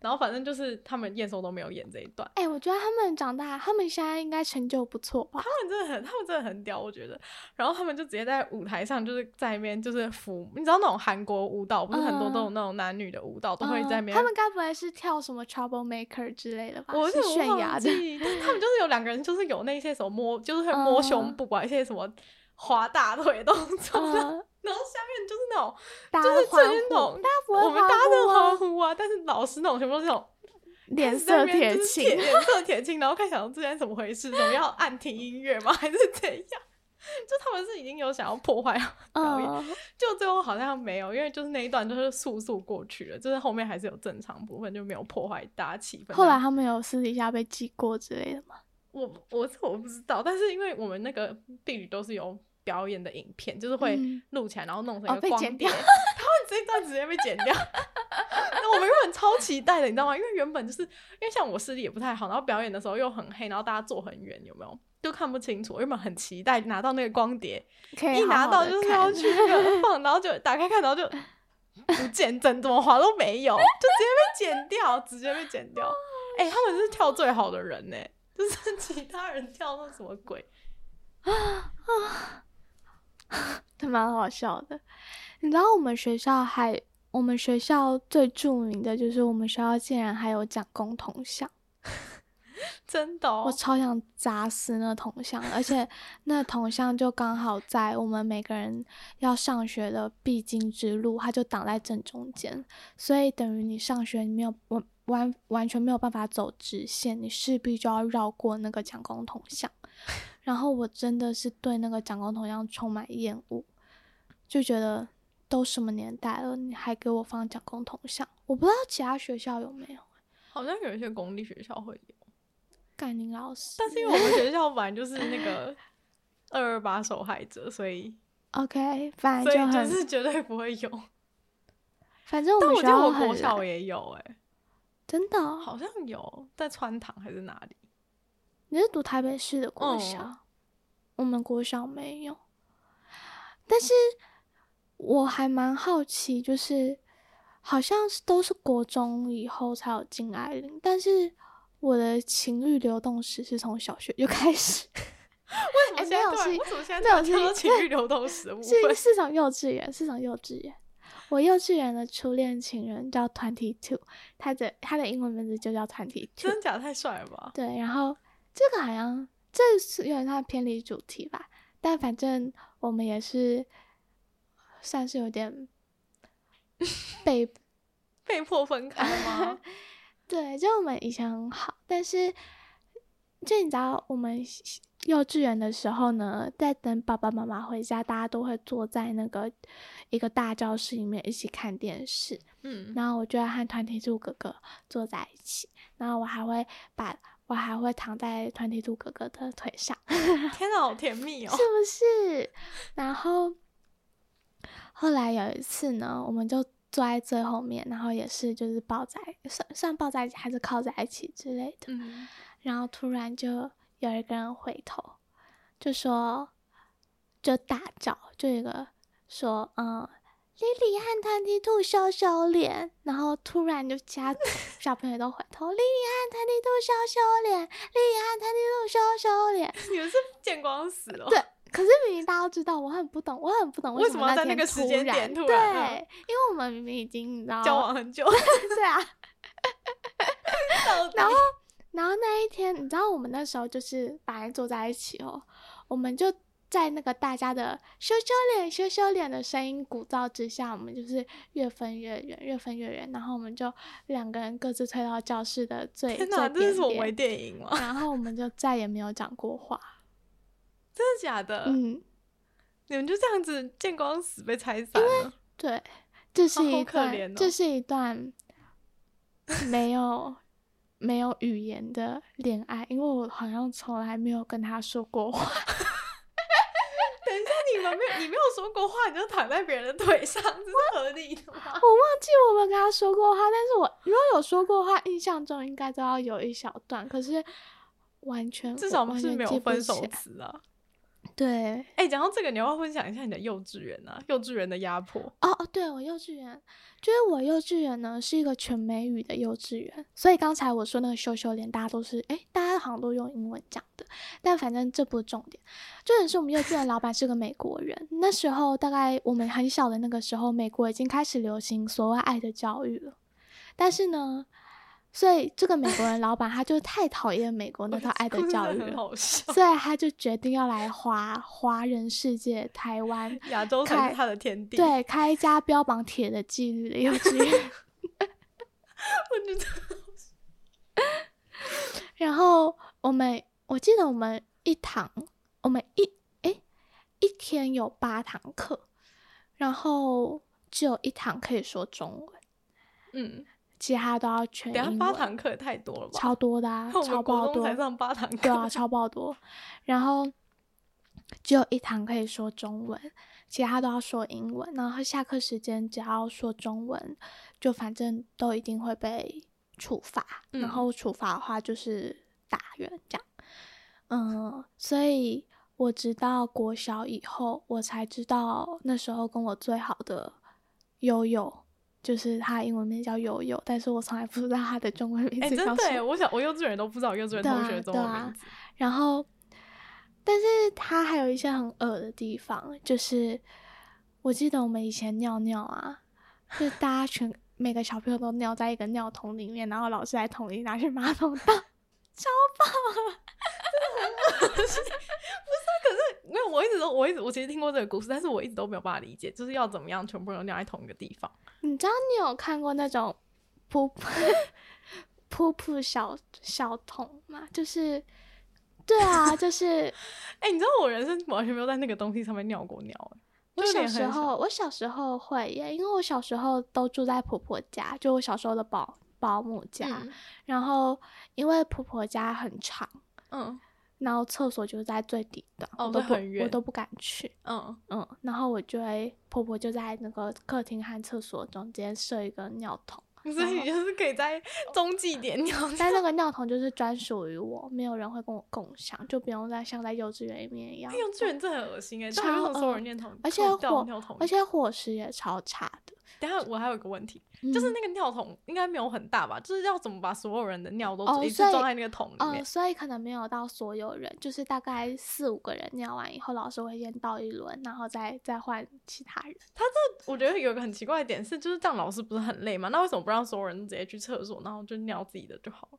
Speaker 1: 然后反正就是他们验收都没有演这一段。
Speaker 2: 哎、我觉得他们长大，他们现在应该成就不错吧？
Speaker 1: 他们 真的很，他们真的很屌，我觉得。然后他们就直接在舞台上，就是在那边就是扶，你知道那种韩国舞蹈，不是很多
Speaker 2: 嗯
Speaker 1: 都有那种男女的舞蹈，都会在那
Speaker 2: 嗯
Speaker 1: 边。
Speaker 2: 他们该不会是跳什么 Trouble Maker 之类的吧？
Speaker 1: 我
Speaker 2: 是
Speaker 1: 有
Speaker 2: 泫
Speaker 1: 点
Speaker 2: 雅
Speaker 1: 忘
Speaker 2: 的，
Speaker 1: 记，但他们就是有两个人，就是有那些什么摸，就是会
Speaker 2: 嗯
Speaker 1: 摸胸部啊，一些什么滑大腿的动作，然后
Speaker 2: 嗯，
Speaker 1: 然后下面就是那种，
Speaker 2: 大家
Speaker 1: 就是
Speaker 2: 欢
Speaker 1: 这些那
Speaker 2: 呼，
Speaker 1: 种
Speaker 2: 大家不会
Speaker 1: 我们大家真
Speaker 2: 欢
Speaker 1: 的
Speaker 2: 呼吗
Speaker 1: 欢呼啊，但是老师那种全部都是那种
Speaker 2: 脸色铁
Speaker 1: 就
Speaker 2: 青，
Speaker 1: 是脸色铁青，然后看想到之前怎么回事，怎么要按停音乐吗？ 还是怎样？就他们是已经有想要破坏表演，
Speaker 2: 嗯，
Speaker 1: 就最后好像没有，因为就是那一段就是速速过去了，就是后面还是有正常部分，就没有破坏大家气氛。
Speaker 2: 后来他们有私底下被记过之类的吗？
Speaker 1: 我我这我不知道，但是因为我们那个婢女都是有表演的影片，就是会
Speaker 2: 嗯
Speaker 1: 录起来，然后弄成
Speaker 2: 哦
Speaker 1: 一个
Speaker 2: 被
Speaker 1: 光
Speaker 2: 剪
Speaker 1: 碟，
Speaker 2: 掉
Speaker 1: 他们这一段直接被剪掉。 那我们原本超期待的，你知道吗？因为原本就是因为像我视力也不太好，然后表演的时候又很黑，然后大家坐很远，有没有？就看不清楚。我原本很期待拿到那个光碟，
Speaker 2: 可以
Speaker 1: 一拿
Speaker 2: 哎好好
Speaker 1: 到
Speaker 2: 地
Speaker 1: 就是
Speaker 2: 看
Speaker 1: 要去那 个放，然后就打开看，然后就不见，整怎么滑都没有，就直接被剪掉，直接被剪掉。哎、他们是跳最好的人呢、就是 其他人跳那什么鬼？
Speaker 2: 对，蛮好笑的。你知道我们学校还，我们学校最著名的就是我们学校竟然还有讲共同项，
Speaker 1: 真的、
Speaker 2: 我
Speaker 1: 哦，
Speaker 2: 超想砸死那铜像，而且那铜像就刚好在我们每个人要上学的必经之路，它就挡在正中间，所以等于你上学你没有完完完全没有办法走直线，你势必就要绕过那个蒋公铜 像。然后我真的是对那个蒋公铜像充满厌恶，就觉得都什么年代了，你还给我放蒋公铜像？我不知道其他学校有没有，
Speaker 1: 好像有一些公立学校会有，
Speaker 2: 盖宁老师。
Speaker 1: 但是因为 我们学校本来就是那个二二八受害者，所以
Speaker 2: OK，反
Speaker 1: 所
Speaker 2: 正
Speaker 1: 以
Speaker 2: 很
Speaker 1: 就是绝对不会有。
Speaker 2: 反正我
Speaker 1: 但
Speaker 2: 们
Speaker 1: 我记
Speaker 2: 学
Speaker 1: 得
Speaker 2: 校
Speaker 1: 我国
Speaker 2: 很
Speaker 1: 小
Speaker 2: 懒，
Speaker 1: 也有哎、
Speaker 2: 真的哦、
Speaker 1: 好像有在川堂还是哪里？
Speaker 2: 你是读台北市的国小，
Speaker 1: 嗯
Speaker 2: 我们国小没有。但是我还蛮好奇，就是好像是都是国中以后才有禁爱令，但是我的情欲流动史是从小学就 开始，
Speaker 1: 为什么
Speaker 2: 哎
Speaker 1: 现在
Speaker 2: 没有
Speaker 1: 突然
Speaker 2: 是
Speaker 1: 为什么现
Speaker 2: 没
Speaker 1: 在突
Speaker 2: 有
Speaker 1: 然
Speaker 2: 是
Speaker 1: 跳到情欲流动史的 部
Speaker 2: 是
Speaker 1: 分？
Speaker 2: 是从幼稚园，是从幼稚园。我幼稚园的初恋情人叫 Twenty Two，他的他的英文名字就叫 Twenty Two。
Speaker 1: 真假太帅了吧！
Speaker 2: 对，然后这个好像这是有点它偏离主题吧，但反正我们也是算是有点被
Speaker 1: 被迫分开 吗？
Speaker 2: 对，就我们以前很好，但是就你知道我们幼稚园的时候呢，在等爸爸妈妈回家，大家都会坐在那个一个大教室里面一起看电视，
Speaker 1: 嗯，
Speaker 2: 然后我就会和团体兔哥哥坐在一起，然后我还会把我还会躺在团体兔哥哥的腿上，
Speaker 1: 嗯天哪，好甜蜜 哦！
Speaker 2: 是不是？然后后来有一次呢，我们就坐在最后面，然后也是就是抱在算算抱在一起还是靠在一起之类的，
Speaker 1: 嗯，
Speaker 2: 然后突然就有一个人回头，就说就大叫，就有一个说嗯。莉莉和团体兔羞羞脸，然后突然就其他小朋友都回头，莉莉和团体兔羞羞脸，莉莉和团体兔羞羞脸，
Speaker 1: 你们是见光死了。
Speaker 2: 对，可是明明大家都知道，我很不懂，我很不懂
Speaker 1: 为什
Speaker 2: 什
Speaker 1: 么要在
Speaker 2: 天
Speaker 1: 那个时间
Speaker 2: 然
Speaker 1: 点突
Speaker 2: 对，
Speaker 1: 然嗯
Speaker 2: 因为我们明明已经你知道
Speaker 1: 交往很久，
Speaker 2: 对 啊，
Speaker 1: 到底
Speaker 2: 然后然后那一天，你知道我们那时候就是本来坐在一起哦，我们就在那个大家的羞羞脸、羞羞脸的声音鼓噪之下，我们就是越分越远，越分越远，然后我们就两个人各自退到教室的最
Speaker 1: 天哪，
Speaker 2: 最
Speaker 1: 这是
Speaker 2: 边
Speaker 1: 什么微
Speaker 2: 边，
Speaker 1: 电影吗？
Speaker 2: 然后我们就再也没有讲过话，
Speaker 1: 真的假的？
Speaker 2: 嗯。
Speaker 1: 你们就这样子见光死被拆散了，
Speaker 2: 对，这是
Speaker 1: 啊好
Speaker 2: 一
Speaker 1: 可
Speaker 2: 段，
Speaker 1: 怜哦
Speaker 2: 这是一段没有没有语言的恋爱，因为我好像从来没有跟他说过话。
Speaker 1: 你们没有，你没有说过话，你就躺在别人的腿上，这是合理的吗？
Speaker 2: 我忘记我们跟他说过话，但是我如果有说过话，印象中应该都要有一小段，可是完全
Speaker 1: 至少
Speaker 2: 我完
Speaker 1: 是
Speaker 2: 全
Speaker 1: 没
Speaker 2: 记
Speaker 1: 有
Speaker 2: 不
Speaker 1: 分
Speaker 2: 起
Speaker 1: 手
Speaker 2: 来
Speaker 1: 词啊。
Speaker 2: 对，
Speaker 1: 哎、讲到这个，你要不要分享一下你的幼稚园啊？幼稚园的压迫，
Speaker 2: 哦哦，对我幼稚园，就是我幼稚园呢是一个全美语的幼稚园，所以刚才我说那个羞羞脸，大家都是诶，大家好像都用英文讲的，但反正这不是重点，重点是我们幼稚园老板是个美国人，那时候大概我们很小的那个时候，美国已经开始流行所谓爱的教育了，但是呢，所以这个美国人老板他就是太讨厌美 国那套爱的
Speaker 1: 故事真
Speaker 2: 教育
Speaker 1: 很
Speaker 2: 了，
Speaker 1: 好笑。
Speaker 2: 所以他就决定要来华华人世界台湾
Speaker 1: 亚洲才
Speaker 2: 看
Speaker 1: 是他的天地， 我
Speaker 2: 对，开一家标榜铁的纪 律的幼稚园。
Speaker 1: 觉得
Speaker 2: 然后我们，我记得我们一堂，我们一诶一天有八堂课，然后只有一堂可以说中文，
Speaker 1: 嗯，
Speaker 2: 其他都要全
Speaker 1: 等一下
Speaker 2: 英
Speaker 1: 八
Speaker 2: 文，
Speaker 1: 啊堂课也太多了吧？
Speaker 2: 超多的啊
Speaker 1: 看，我
Speaker 2: 超
Speaker 1: 们
Speaker 2: 爆
Speaker 1: 国中
Speaker 2: 多
Speaker 1: 才。上八堂课，
Speaker 2: 对啊，超爆多。然后只有一堂可以说中文，其他都要说英文。然后下课时间只要说中文，就反正都一定会被处罚。
Speaker 1: 嗯
Speaker 2: 然后处罚的话就是打人这样。嗯，所以我直到国小以后，我才知道那时候跟我最好的悠悠。就是他的英文名叫悠悠，但是我从来不知道他的中文名
Speaker 1: 哎、
Speaker 2: 字叫什
Speaker 1: 真
Speaker 2: 么。
Speaker 1: 的耶，我想我幼稚园都不知道我幼稚园
Speaker 2: 对
Speaker 1: 同
Speaker 2: 啊
Speaker 1: 学中
Speaker 2: 对
Speaker 1: 文
Speaker 2: 啊
Speaker 1: 名字，
Speaker 2: 然后，但是它还有一些很恶的地方，就是我记得我们以前尿尿啊，就大家全每个小朋友都尿在一个尿桶里面，然后老师来统一拿去马桶 倒。
Speaker 1: 因为我一直都我一直我其实听过这个故事，但是我一直都没有办法理解，就是要怎么样全部人都尿在同一个地方。
Speaker 2: 你知道你有看过那种噗 噗噗小小桶吗？就是，对啊， 就是
Speaker 1: 哎、你知道我人生完全没有在那个东西上面尿过尿、欸，
Speaker 2: 我
Speaker 1: 就
Speaker 2: 小
Speaker 1: 脸
Speaker 2: 时
Speaker 1: 很小
Speaker 2: 候，我小时候会耶，因为我小时候都住在婆婆家，就我小时候的保保姆家。
Speaker 1: 嗯
Speaker 2: 然后因为婆婆家很长，
Speaker 1: 嗯
Speaker 2: 然后厕所就在最底端，
Speaker 1: 哦
Speaker 2: 我都
Speaker 1: 那
Speaker 2: 不
Speaker 1: 很远
Speaker 2: 我都不敢去。
Speaker 1: 嗯，
Speaker 2: 嗯，然后我就会婆婆就在那个客厅和厕所中间设一个尿桶，
Speaker 1: 所以你就是可以
Speaker 2: 哦
Speaker 1: 在中继点尿 尿。
Speaker 2: 但那个尿桶就是专属于我，没有人会跟我共享，就不用再像在幼稚园里面一样。
Speaker 1: 幼稚园真的很恶心哎、欸，
Speaker 2: 超
Speaker 1: 到底为什么所有人念桶，
Speaker 2: 而且
Speaker 1: 可以掉
Speaker 2: 火
Speaker 1: 尿桶，
Speaker 2: 而且伙食也超差的，
Speaker 1: 等一下我还有一个问题，就是
Speaker 2: 嗯
Speaker 1: 那个尿桶应该没有很大吧？就是要怎么把所有人的尿都
Speaker 2: 哦
Speaker 1: 一次
Speaker 2: 所以
Speaker 1: 装在那个桶里
Speaker 2: 嗯，
Speaker 1: 面？
Speaker 2: 所以可能没有到所有人，就是大概四五个人尿完以后，老师会先倒一轮，然后再再换其他人。
Speaker 1: 我觉得有一个很奇怪的点是，就是这样老师不是很累吗？那为什么不让所有人直接去厕所，然后就尿自己的就好了？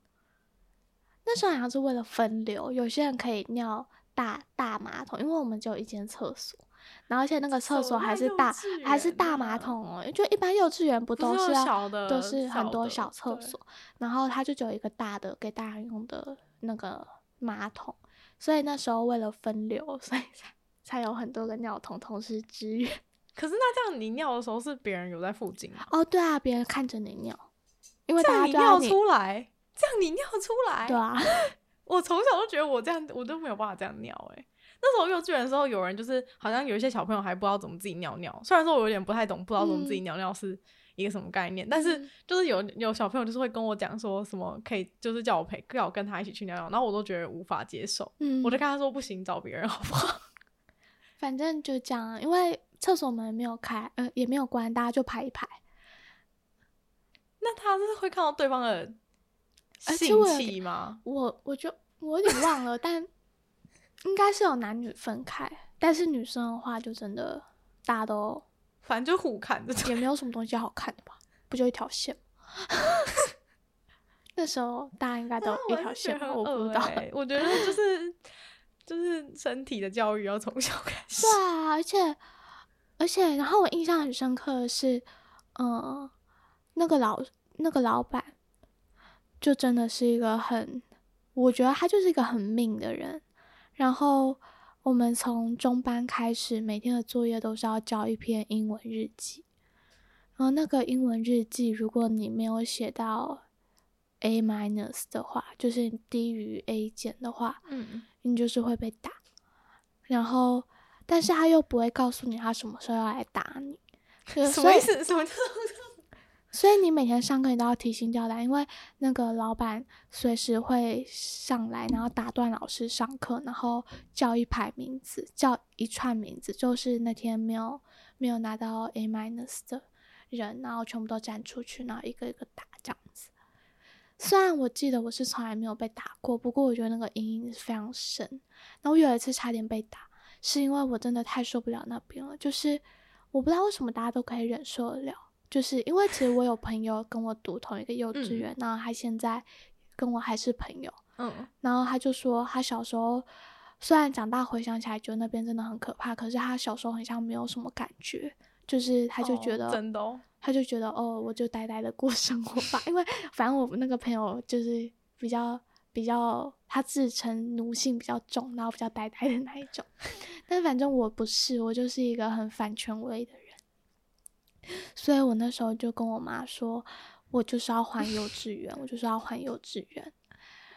Speaker 2: 那时候好像是为了分流，有些人可以尿大大马桶，因为我们只有一间厕所，然后而且那个厕所还是大、
Speaker 1: 走在幼稚
Speaker 2: 还是大
Speaker 1: 园
Speaker 2: 马
Speaker 1: 啊
Speaker 2: 桶哦，就一般幼稚园不
Speaker 1: 不
Speaker 2: 都
Speaker 1: 是
Speaker 2: 是
Speaker 1: 有
Speaker 2: 要
Speaker 1: 小的
Speaker 2: 都是很多
Speaker 1: 小
Speaker 2: 小
Speaker 1: 的
Speaker 2: 厕所，然后它就只有一个大的给大人用的那个马桶，所以那时候为了分流，所以才才有很多个尿桶同时支援。
Speaker 1: 可是那这样你尿的时候是别人有在附近吗？
Speaker 2: 哦，对啊，别人看着你尿，因为
Speaker 1: 这
Speaker 2: 大
Speaker 1: 样
Speaker 2: 家
Speaker 1: 你
Speaker 2: 都要
Speaker 1: 尿出来，这样你尿出来，
Speaker 2: 对啊，
Speaker 1: 我从小就觉得我这样，我都没有办法这样尿哎、欸那时候幼稚园的时候，有人就是好像有一些小朋友还不知道怎么自己尿尿，虽然说我有点不太懂，不知道怎么自己尿尿是一个什么概念，但是
Speaker 2: 嗯
Speaker 1: 就是有有小朋友就是会跟我讲说什么可以，就是叫我陪，叫我跟他一起去尿尿，然后我都觉得无法接受，
Speaker 2: 嗯，
Speaker 1: 我就跟他说不行，找别人好不好？
Speaker 2: 反正就这样啊，因为厕所门没有开，呃，也没有关，大家就排一排。
Speaker 1: 那他是会看到对方的
Speaker 2: 而且
Speaker 1: 性
Speaker 2: 我有
Speaker 1: 器吗？
Speaker 2: 我我就我有点忘了，但应该是有男女分开，但是女生的话就真的大家都
Speaker 1: 反正就互看这种。
Speaker 2: 也没有什么东西好看的吧，不就一条线吗？ 那时候大家应该都 一条线吧，我不知道。
Speaker 1: 欸我觉得就是就是身体的教育要从小开始。
Speaker 2: 对啊，而且而且，然后我印象很深刻的是，嗯、那个老那个老板，就真的是一个很，我觉得他就是一个很命的人。然后我们从中班开始，每天的作业都是要交一篇英文日记。然后那个英文日记，如果你没有写到 A minus 的话，就是低于 A 减的话，
Speaker 1: 嗯，
Speaker 2: 你就是会被打。然后，但是他又不会告诉你他什么时候要来打你，所以
Speaker 1: 什么
Speaker 2: 所
Speaker 1: 意
Speaker 2: 以
Speaker 1: 思？什么叫
Speaker 2: 所以你每天上课你都要提心吊胆，因为那个老板随时会上来，然后打断老师上课，然后叫一排名字，叫一串名字，就是那天没有没有拿到 A minus 的人，然后全部都站出去，然后一个一个打这样子。虽然我记得我是从来没有被打过，不过我觉得那个阴影是非常深。然后我有一次差点被打，是因为我真的太受不了那边了，就是我不知道为什么大家都可以忍受得了，就是因为其实我有朋友跟我读同一个幼稚
Speaker 1: 嗯
Speaker 2: 园，然后他现在跟我还是朋友，
Speaker 1: 嗯，
Speaker 2: 然后他就说，他小时候虽然长大回想起来觉得那边真的很可怕，可是他小时候好像没有什么感觉，就是 他就觉
Speaker 1: 哦
Speaker 2: 得，
Speaker 1: 真的哦
Speaker 2: 他就觉得哦，我就呆呆的过 生活吧。因为反正我那个朋友就是比较比较，他自称奴性比较重，然后比较呆呆的那一种。但反正我不是，我就是一个很反权威的人，所以我那时候就跟我妈说，我就是要还幼稚园，我就是要还幼稚园。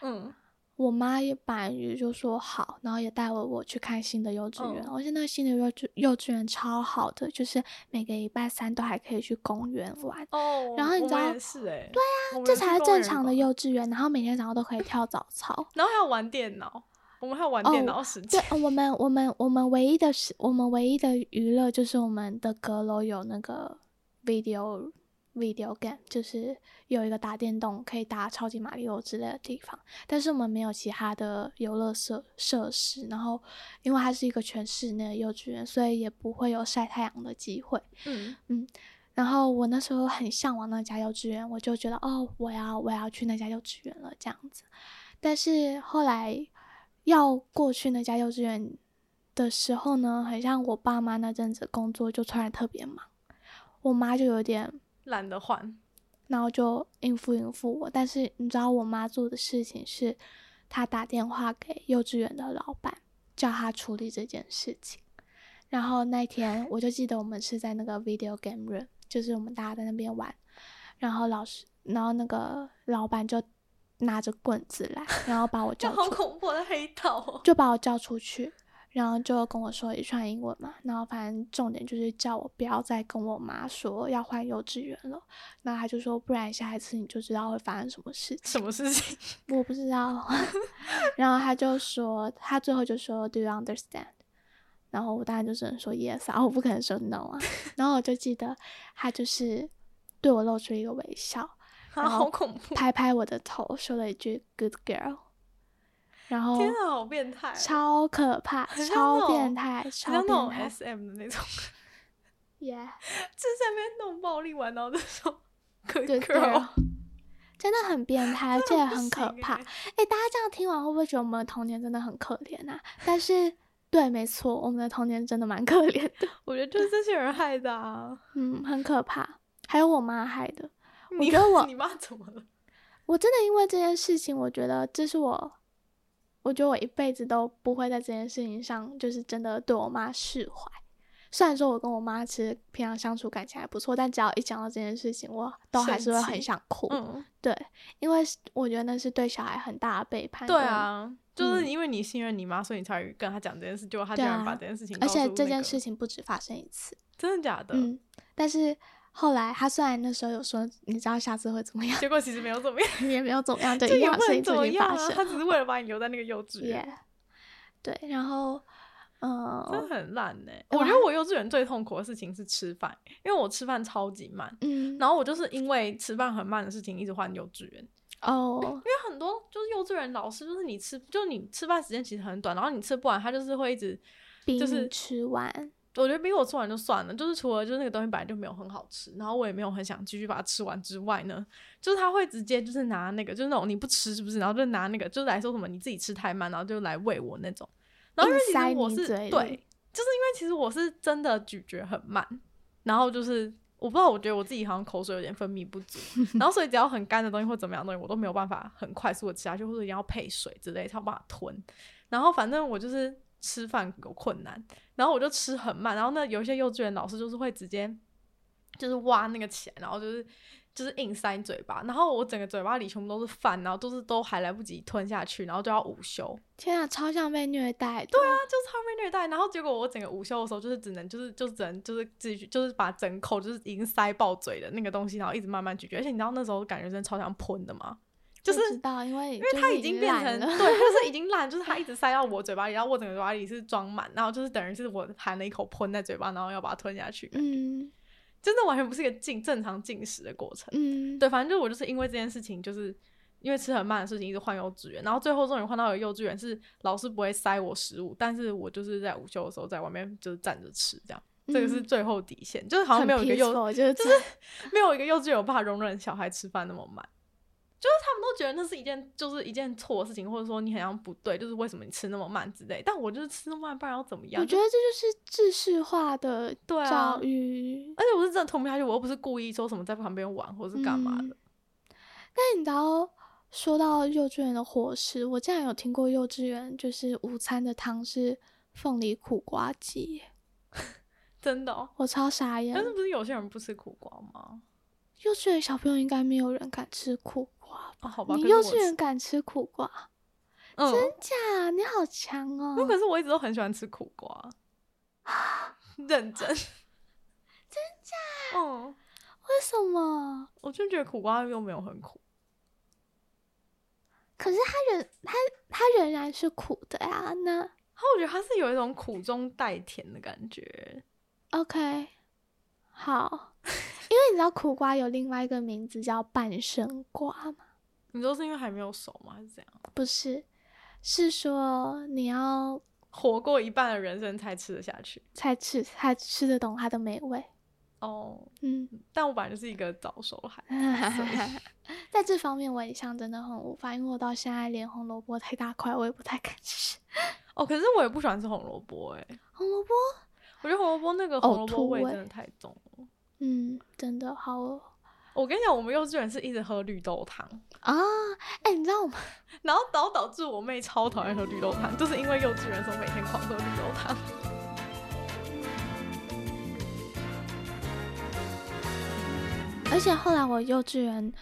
Speaker 1: 嗯，
Speaker 2: 我妈也本来也就说好，然后也带我我去看新的幼稚园。
Speaker 1: 嗯
Speaker 2: 而且那个新的幼稚幼稚园超好的，就是每个礼拜三都还可以去公园玩，
Speaker 1: 哦，
Speaker 2: 然后你
Speaker 1: 我
Speaker 2: 知道
Speaker 1: 们也是哎、对啊
Speaker 2: 这才是正常的，幼稚园。然后每天早上都可以跳早操。
Speaker 1: 然后还要玩电脑，我们还要玩电脑时
Speaker 2: 对
Speaker 1: 间，，
Speaker 2: 我们我们我们唯一的是，我们唯一的娱乐就是我们的阁楼有那个 video video game，就是有一个打电动可以打超级马里奥之类的地方，但是我们没有其他的游乐设设施。然后，因为它是一个全室内的幼稚园，所以也不会有晒太阳的机会。
Speaker 1: 嗯，
Speaker 2: 然后我那时候很向往那家幼稚园，我就觉得哦，我要我要去那家幼稚园了这样子。但是后来要过去那家幼稚园的时候呢，很像我爸妈那阵子工作就突然特别忙，我妈就有点
Speaker 1: 懒得换，
Speaker 2: 然后就应付应付我。但是你知道我妈做的事情是，她打电话给幼稚园的老板，叫他处理这件事情。然后那天我就记得我们是在那个 video game room，就是我们大家在那边玩，然后老师，然后那个老板就拿着棍子来，然后把我
Speaker 1: 这
Speaker 2: 叫
Speaker 1: 样好
Speaker 2: 出，
Speaker 1: 恐怖的黑道哦，
Speaker 2: 就把我叫出去。然后就跟我说一串英文嘛，然后反正重点就是叫我不要再跟我妈说要换幼稚园了。那他就说，不然下一次你就知道会发生什么事情。
Speaker 1: 什么事情？
Speaker 2: 我不知道。 然后他就说，他最后就说，Do you understand？然后我当然就只能说 yes 啊，我不可能说 no 啊。然后我就记得他就是对我露出一个微笑，
Speaker 1: 啊，
Speaker 2: 然后
Speaker 1: 好恐怖！
Speaker 2: 拍拍我的头，说了一句 “good girl”，然后
Speaker 1: 天啊，好变态哦！
Speaker 2: 超可怕，
Speaker 1: 很像那
Speaker 2: 超
Speaker 1: 种
Speaker 2: 变态，
Speaker 1: 很像
Speaker 2: 超
Speaker 1: 那种
Speaker 2: 变态
Speaker 1: SM 的那种，
Speaker 2: ，yeah，
Speaker 1: 就是在那边弄暴力玩到这种 good
Speaker 2: good girl，真的很变态，而
Speaker 1: 真
Speaker 2: 且
Speaker 1: 的不
Speaker 2: 啊很可
Speaker 1: 行
Speaker 2: 怕。
Speaker 1: 欸
Speaker 2: 哎、大家这样听完会不会觉得我们的童年真的很可怜啊？但是，对，没错，我们的童年真的蛮可怜的，
Speaker 1: 我觉得就是这些人害的啊！
Speaker 2: 嗯，很可怕。还有我妈害的，
Speaker 1: 你
Speaker 2: 觉得
Speaker 1: 妈
Speaker 2: 我
Speaker 1: 你妈怎么了？
Speaker 2: 我真的因为这件事情，我觉得这是我，我觉得我一辈子都不会在这件事情上，就是真的对我妈释怀。虽然说我跟我妈其实平常相处感情还不错，但只要一讲到这件事情，我都还
Speaker 1: 生
Speaker 2: 是会
Speaker 1: 气
Speaker 2: 很想哭。
Speaker 1: 嗯，
Speaker 2: 对，因为是我觉得那是对小孩很大的背叛。
Speaker 1: 对，啊，就是
Speaker 2: 嗯
Speaker 1: 因为你信任你妈，所以你才跟她讲这件事，结果她
Speaker 2: 对
Speaker 1: 竟
Speaker 2: 啊
Speaker 1: 然把这件事情告
Speaker 2: 而
Speaker 1: 诉那个，
Speaker 2: 且这件事情不止发生一次。
Speaker 1: 真的假的？
Speaker 2: 嗯，但是后来他虽然那时候有说，你知道下次会怎么样，
Speaker 1: 结果其实没有怎么样，
Speaker 2: 也没有怎么样，对
Speaker 1: 这
Speaker 2: 一
Speaker 1: 也
Speaker 2: 样
Speaker 1: 不
Speaker 2: 事
Speaker 1: 能
Speaker 2: 情
Speaker 1: 怎
Speaker 2: 重
Speaker 1: 么
Speaker 2: 新
Speaker 1: 样
Speaker 2: 发
Speaker 1: 啊！
Speaker 2: 生。
Speaker 1: 她只是为了把你留在那个幼稚园，
Speaker 2: Yeah，对，然后，嗯、
Speaker 1: 真的很烂呢。我
Speaker 2: 我
Speaker 1: 觉
Speaker 2: 还
Speaker 1: 得我幼稚园最痛苦的事情是吃饭，因为我吃饭超级慢，
Speaker 2: 嗯，
Speaker 1: 然后我就是因为吃饭很慢的事情一直换幼稚园。
Speaker 2: 哦，
Speaker 1: 因为很多就是幼稚园老师，就是你吃，就是你吃饭时间其实很短，然后你吃不完，他就是会一直，
Speaker 2: 逼
Speaker 1: 就
Speaker 2: 你
Speaker 1: 是
Speaker 2: 吃完，
Speaker 1: 我觉得逼我吃完就算了，就是除了就是那个东西本来就没有很好吃，然后我也没有很想继续把它吃完之外呢，就是他会直接就是拿那个就是那种你不吃是不是，然后就拿那个就是来说什么你自己吃太慢，然后就来喂我那种，然后因为其
Speaker 2: 硬塞
Speaker 1: 实我
Speaker 2: 你
Speaker 1: 是对，就是
Speaker 2: 嘴
Speaker 1: 因
Speaker 2: 里
Speaker 1: 为其实我是真的咀嚼很慢，然后就是。我不知道，我觉得我自己好像口水有点分泌不 足，然后所以只要很干的东西或怎么样的东西，我都没有办法很快速的吃下去，或者一定要配水之类才有办法吞。然后反正我就是吃饭有困难，然后我就吃很慢，然后呢，有一些幼稚园老师就是会直接就是挖那个钱，然后就是就是硬塞你嘴巴，然后我整个嘴巴里全部都是饭，然后都是都还来不及吞下去，然后就要午休，
Speaker 2: 天啊，超像被虐待的。对啊，
Speaker 1: 那就超被虐待。然后结果我整个午休的时候，就是只能就是就只能就是继续就是把整口就是已经塞爆嘴的那个东西，然后一直慢慢咀嚼，而且你知道那时候感觉真的超想喷的嘛，就是
Speaker 2: 知道，因为因
Speaker 1: 因为它已经变成 对，
Speaker 2: 了，
Speaker 1: 就是已经烂，就是它一直塞到我嘴巴里，然后我整个嘴巴里是装满，然后就是等于是我含了一口喷在嘴巴，然后要把它吞下去，
Speaker 2: 嗯
Speaker 1: 真的完全不是一个进正常进食的过程。
Speaker 2: 嗯，
Speaker 1: 对，反正就是我就是因为这件事情，就是因为吃很慢的事情，一直换幼稚园，然后最后终于换到了幼稚园，是老师不会塞我食物，但是我就是在午休的时候在外面就是站着吃，这样，这个是
Speaker 2: 嗯
Speaker 1: 最后底线，就是好像没有一个
Speaker 2: 很
Speaker 1: 幼
Speaker 2: peaceful，就是
Speaker 1: 就是没有一个幼稚园有办法容忍小孩吃饭那么慢， 就是他们都觉得那是一件就是一件错的事情，或者说你好像不对，就是为什么你吃那么慢之类。但我就是吃那么慢，不然要怎么样？
Speaker 2: 我觉得这就是制式化的
Speaker 1: 对啊
Speaker 2: 教育。
Speaker 1: 而且我是真的吞不下去，我又不是故意说什么在旁边玩或是干嘛
Speaker 2: 嗯
Speaker 1: 的。
Speaker 2: 但你知道，说到幼稚园的伙食，我竟然有听过幼稚园就是午餐的汤是凤梨苦瓜鸡，
Speaker 1: 真的、哦。
Speaker 2: 我超傻眼
Speaker 1: 但。是不是有些人不吃苦瓜吗？
Speaker 2: 幼稚园小朋友应该没有人敢吃苦瓜，
Speaker 1: 啊，好吧，
Speaker 2: 你
Speaker 1: 可是
Speaker 2: 幼
Speaker 1: 我
Speaker 2: 稚园敢吃苦瓜？
Speaker 1: 嗯，
Speaker 2: 真假？你好强哦！
Speaker 1: 那可是我一直都很喜欢吃苦 瓜，认真，真假？嗯，
Speaker 2: 为什么？
Speaker 1: 我就觉得苦瓜又没有很苦。
Speaker 2: 可是它仍它它仍然是苦的呀。那
Speaker 1: 然后我觉得它是有一种苦中带甜的感觉，
Speaker 2: OK，好， 因为你知道苦瓜有另外一个名字叫半生瓜吗？
Speaker 1: 你说是因为还没有熟吗？还是怎样？
Speaker 2: 不是，是说你要
Speaker 1: 活过一半的人生才吃得下去
Speaker 2: 才吃才吃得懂它的美味。
Speaker 1: 哦。
Speaker 2: 嗯，
Speaker 1: 但我本来就是一个早熟的孩子，
Speaker 2: 在这方面我一向真的很无法，因为我到现在连红萝卜太大块我也不太敢吃。
Speaker 1: 哦，可是我也不喜欢吃红萝卜哎、
Speaker 2: 红萝卜，
Speaker 1: 我觉得红萝卜那个红萝
Speaker 2: 呕吐
Speaker 1: 卜哦味
Speaker 2: 味
Speaker 1: 真的太重了。
Speaker 2: 嗯，真的好哦
Speaker 1: 我跟你讲，我们幼稚园是一直喝绿豆汤，
Speaker 2: 啊！哎、你知道我们
Speaker 1: 然后导导致我妹超讨厌喝绿豆汤，就是因为幼稚园的时候每天狂喝绿豆汤。
Speaker 2: 而且后来我幼稚园，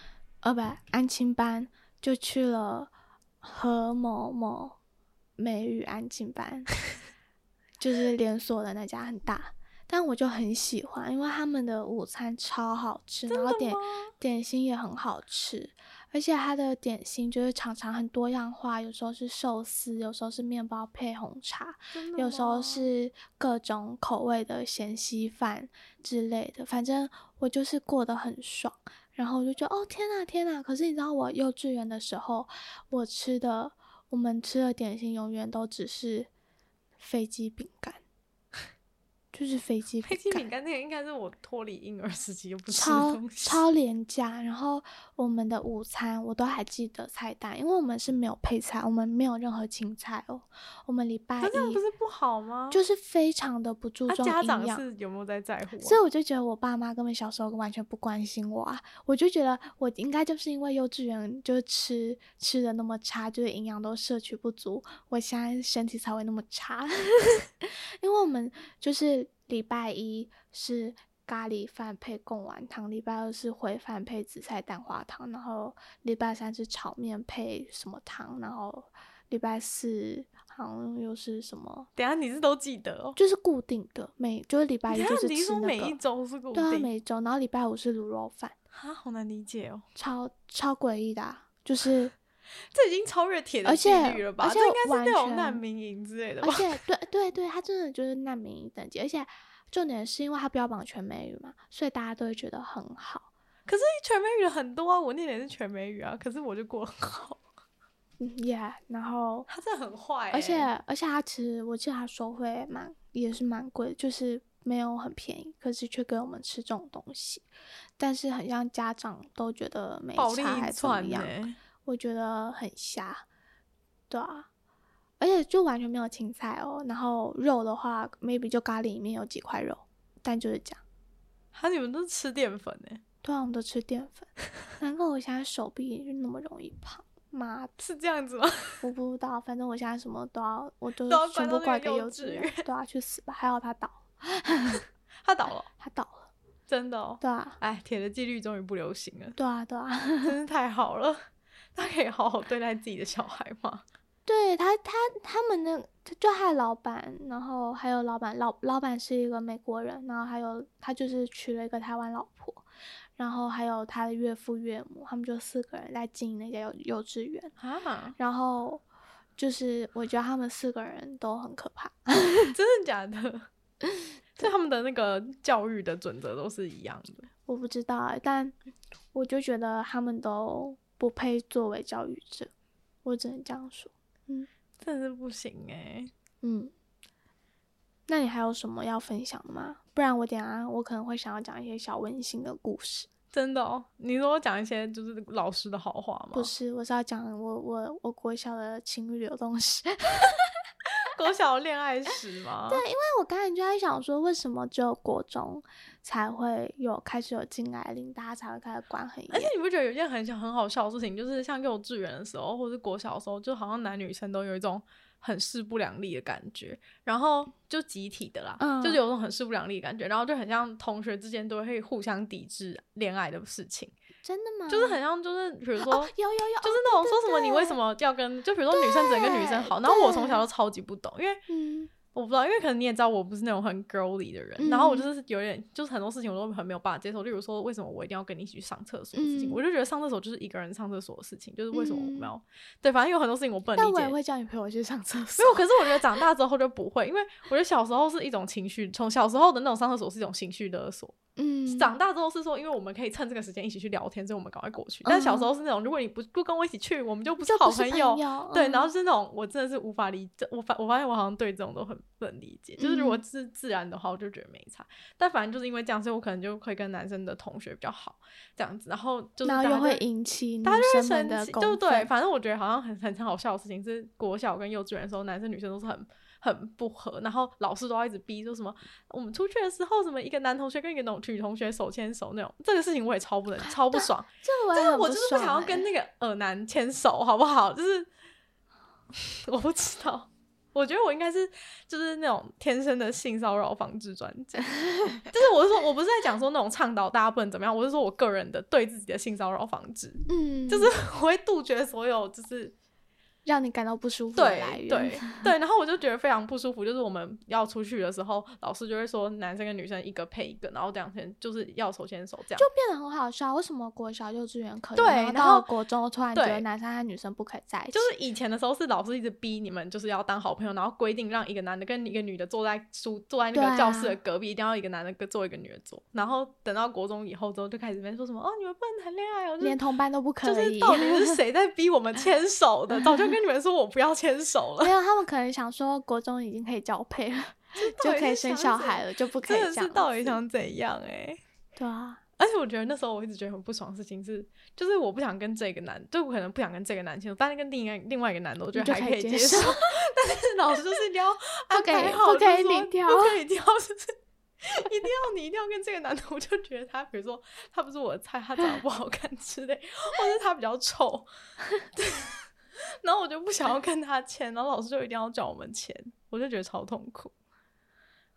Speaker 2: 呃，不，安亲班就去了和某某美语安亲班，就是连锁的那家很大，但我就很喜欢，因为他们的午餐超好吃，然后点点心也很好吃，而且它的点心就是常常很多样化，有时候是寿司，有时候是面包配红茶，
Speaker 1: 真的
Speaker 2: 有时候
Speaker 1: 吗
Speaker 2: 是各种口味的咸稀饭之类的，反正我就是过得很爽。然后我就觉得哦天呐天呐！可是你知道我幼稚园的时候，我吃的我们吃的点心永远都只是飞机饼干， 就是飞机
Speaker 1: 飞
Speaker 2: 饼
Speaker 1: 机
Speaker 2: 干
Speaker 1: 饼，干那个应该是我脱离婴儿时期就不吃的
Speaker 2: 超
Speaker 1: 东西，
Speaker 2: 超廉价。然后我们的午餐我都还记得菜单，因为我们是没有配菜，我们没有任何青菜哦。我们礼拜
Speaker 1: 可这样
Speaker 2: 一
Speaker 1: 不是不好吗？
Speaker 2: 就是非常的不注
Speaker 1: 他
Speaker 2: 重
Speaker 1: 啊家
Speaker 2: 营
Speaker 1: 长
Speaker 2: 养。
Speaker 1: 是有没有在在乎、啊？
Speaker 2: 所以我就觉得我爸妈根本小时候完全不关心我啊！我就觉得我应该就是因为幼稚园就是吃吃的那么差，就是营养都摄取不足，我现在身体才会那么差。 因为我们就是礼拜一是咖喱饭配贡丸汤，礼拜二是烩饭配紫菜蛋花汤，然后礼拜三是炒面配什么汤，然后礼拜四好像又是什么。
Speaker 1: 等一下你是都记得哦。
Speaker 2: 就是固定的，每就是礼拜
Speaker 1: 等
Speaker 2: 一
Speaker 1: 一
Speaker 2: 就
Speaker 1: 下
Speaker 2: 是
Speaker 1: 你
Speaker 2: 吃
Speaker 1: 说
Speaker 2: 那个。
Speaker 1: 每一周是固
Speaker 2: 对啊，
Speaker 1: 定，
Speaker 2: 每周，然后礼拜五是卤肉饭，
Speaker 1: 啊，好难理解哦。
Speaker 2: 超超诡异的、啊， 就是，
Speaker 1: 这已经超越铁的
Speaker 2: 而
Speaker 1: 纪
Speaker 2: 且
Speaker 1: 律了吧？
Speaker 2: 而且
Speaker 1: 这应该
Speaker 2: 完
Speaker 1: 是那种
Speaker 2: 全
Speaker 1: 难民营之类的吧
Speaker 2: 而？且对对对，他真的就是难民等级，而且重点是因为他标榜全美语嘛，所以大家都会觉得很好。
Speaker 1: 可是全美语的很多啊，我念的也是全美语啊，可是我就过得很好。
Speaker 2: 嗯，Yeah，然后，
Speaker 1: 他真的很坏、欸，
Speaker 2: 而且而且他其实我记得他收费蛮也是蛮贵的，就是没有很便宜，可是却给我们吃这种东西，但是很像家长都觉得没
Speaker 1: 暴力
Speaker 2: 差还
Speaker 1: 一
Speaker 2: 怎么
Speaker 1: 串呢、欸
Speaker 2: 样，我觉得很瞎，对啊，而且就完全没有青菜哦。然后肉的话，maybe 就咖喱里面有几块肉，但就是这样。
Speaker 1: 他你们都是吃淀粉欸呢、
Speaker 2: 对啊，我们都吃淀 粉，难怪我现在手臂就那么容易胖。妈的，
Speaker 1: 是这样子吗？
Speaker 2: 我不知道，反正我现在什么都要，我都
Speaker 1: 都要怪
Speaker 2: 全
Speaker 1: 到
Speaker 2: 部怪
Speaker 1: 那个
Speaker 2: 给
Speaker 1: 幼
Speaker 2: 幼
Speaker 1: 稚
Speaker 2: 稚园，对啊，去死吧！还好他倒，
Speaker 1: 他倒了，
Speaker 2: 他倒了，
Speaker 1: 真的哦。
Speaker 2: 对啊，
Speaker 1: 哎，铁的纪律终于不流行了，
Speaker 2: 对啊，对啊。
Speaker 1: 真是太好了。 他可以好好对待自己的小孩 吗？
Speaker 2: 对他，他他们那他就还有老板，然后还有老板老老板是一个美国人，然后还有他就是娶了一个台湾老婆，然后还有他的岳父岳母，他们就四个人在经营那家幼幼稚园，
Speaker 1: 啊，
Speaker 2: 然后就是我觉得他们四个人都很可怕，
Speaker 1: 真的假的？所以他们的那个教育的准则都是一样的。
Speaker 2: 我不知道欸，但我就觉得他们都不配作为教育者，我只能这样说。
Speaker 1: 真的是不行哎、
Speaker 2: 嗯，那你还有什么要分享的吗？不然我等一下我可能会想要讲一些小温馨的故事。
Speaker 1: 真的哦。你说我讲一些就是老师的好话吗？
Speaker 2: 不是，我是要讲我我我国小的情欲流动史。 但
Speaker 1: 国小恋爱史吗？ 对，
Speaker 2: 我刚才就在想说，为什么只有国中才会有开始有禁爱令，大家才会开始管很
Speaker 1: 而且
Speaker 2: 严？
Speaker 1: 你不觉得有一件很小很好笑的事情，就是像幼稚园的时候，或者是国小的时候，就好像男女生都有一种很势不两立的感觉，然后就集体的啦，
Speaker 2: 嗯
Speaker 1: 就是有一种很势不两立的感觉，然后就很像同学之间都会互相抵制恋爱的事情，
Speaker 2: 真的吗？
Speaker 1: 就是很像就是比如说。
Speaker 2: 哦，有有有，
Speaker 1: 就是那种说什么你为什
Speaker 2: 么
Speaker 1: 么要跟，就比如说女生只能跟女生好，
Speaker 2: 对
Speaker 1: 然后我从小都超级不懂，因为
Speaker 2: 嗯
Speaker 1: 我不知道，因为可能你也知道，我不是那种很 girly 的人，
Speaker 2: 嗯
Speaker 1: 然后我就是有点，就是很多事情我都很没有办法接受。例如说，为什么我一定要跟你一起去上厕所的事情，
Speaker 2: 嗯
Speaker 1: 我就觉得上厕所就是一个人上厕所的事情，就是为什么我
Speaker 2: 嗯
Speaker 1: 没有、对，反正有很多事情我不能
Speaker 2: 但
Speaker 1: 理
Speaker 2: 我
Speaker 1: 解
Speaker 2: 也。会叫你陪我去上厕所
Speaker 1: 没。有，可是我觉得长大之后就不会，因为我觉得小时候是一种情绪，从小时候的那种上厕所是一种情绪勒索。
Speaker 2: 嗯，
Speaker 1: 长大之后是说，因为我们可以趁这个时间一起去聊天，所以我们赶快过去。但小时候是那种，如果你不不跟我一起去，我们就不是
Speaker 2: 嗯就
Speaker 1: 好
Speaker 2: 不是
Speaker 1: 友。
Speaker 2: 友
Speaker 1: 对，
Speaker 2: 嗯
Speaker 1: 然后是那种我真的是无法理解，我发我发现我好像对这种都很不能理解，就是如果
Speaker 2: 嗯
Speaker 1: 是自然的话，我就觉得没差。但反正就是因为这样，所以我可能就会跟男生的同学比较好，这样子，然后就是大
Speaker 2: 然后
Speaker 1: 家
Speaker 2: 又
Speaker 1: 就
Speaker 2: 会。引起女
Speaker 1: 大家就会
Speaker 2: 生们
Speaker 1: 生
Speaker 2: 嗯的
Speaker 1: 气，
Speaker 2: 公
Speaker 1: 对对，
Speaker 2: 愤
Speaker 1: 反正我觉得好像很很很好笑的事情是，国小跟幼稚园的时候，男生女生都是很很不合，然后老师都要一直逼，说什么我们出去的时候，什么一个男同学跟一个女同学手牵手那种，这个事情我也超不能超不爽，
Speaker 2: 这个我也
Speaker 1: 但是
Speaker 2: 很
Speaker 1: 我
Speaker 2: 不
Speaker 1: 就是不想
Speaker 2: 爽
Speaker 1: 要
Speaker 2: 欸
Speaker 1: 跟那个耳男牵手，好不好？就是 我不知道，我觉得我应该是就是那种天生的性骚扰防治专 家。就是我是说，我不是在讲说那种倡导大家不能怎么样，我是说我个人的对自己的性骚扰防治，
Speaker 2: 嗯，
Speaker 1: 就是我会杜绝所有就是
Speaker 2: 让你感到不舒服的来
Speaker 1: 对
Speaker 2: 源。
Speaker 1: 对对，然后我就觉得非常不舒服，就是我们要出去的时候，老师就会说男生跟女生一个配一个，然后两天就是要手牵手这样。
Speaker 2: 就变得很好笑，为什么国小、幼稚园可以，
Speaker 1: 对
Speaker 2: 然后
Speaker 1: 然
Speaker 2: 到
Speaker 1: 后
Speaker 2: 了国中突然觉得
Speaker 1: 对
Speaker 2: 男生和女生不可以在一起？
Speaker 1: 就是以前的时候是老师一直逼你们就是要当好朋友，然后规定让一个男的跟一个女的坐在书坐在那
Speaker 2: 对啊
Speaker 1: 个教室的隔壁，一定要一个男的跟坐一个女的坐。然后等到国中以后之后，就开始在那边说什么哦你们不能谈恋爱哦，就是
Speaker 2: 连同班都不可
Speaker 1: 就
Speaker 2: 以。
Speaker 1: 是到底是谁在逼我们牵手的？早就跟你们说我不要牵手了
Speaker 2: 没，有，他们可能想说国中已经可以交配了，就
Speaker 1: 到底
Speaker 2: 可以
Speaker 1: 是
Speaker 2: 生
Speaker 1: 想
Speaker 2: 小
Speaker 1: 怎
Speaker 2: 孩了，就不可以
Speaker 1: 真的
Speaker 2: 这样
Speaker 1: 是
Speaker 2: 子。
Speaker 1: 到底想怎样哎、
Speaker 2: 对啊，
Speaker 1: 而且我觉得那时候我一直觉得很不爽的事情是，就是我不想跟这个男，就我可能不想跟这个男牵手，但是跟另一个另外一个男的，我觉
Speaker 2: 你就
Speaker 1: 得还
Speaker 2: 可以
Speaker 1: 可以
Speaker 2: 接
Speaker 1: 接
Speaker 2: 受
Speaker 1: 但是老师就是一定 要安
Speaker 2: 可以
Speaker 1: 排好，
Speaker 2: 不可以
Speaker 1: 就是说
Speaker 2: 你挑
Speaker 1: 不可以挑，就是一定要你一定要跟这个男的，我就觉得他，比如说他不是我的菜，他长得不好看之类，或者是他比较丑，然后我就不想要跟他签，然后老师就一定要叫我们签，我就觉得超痛苦，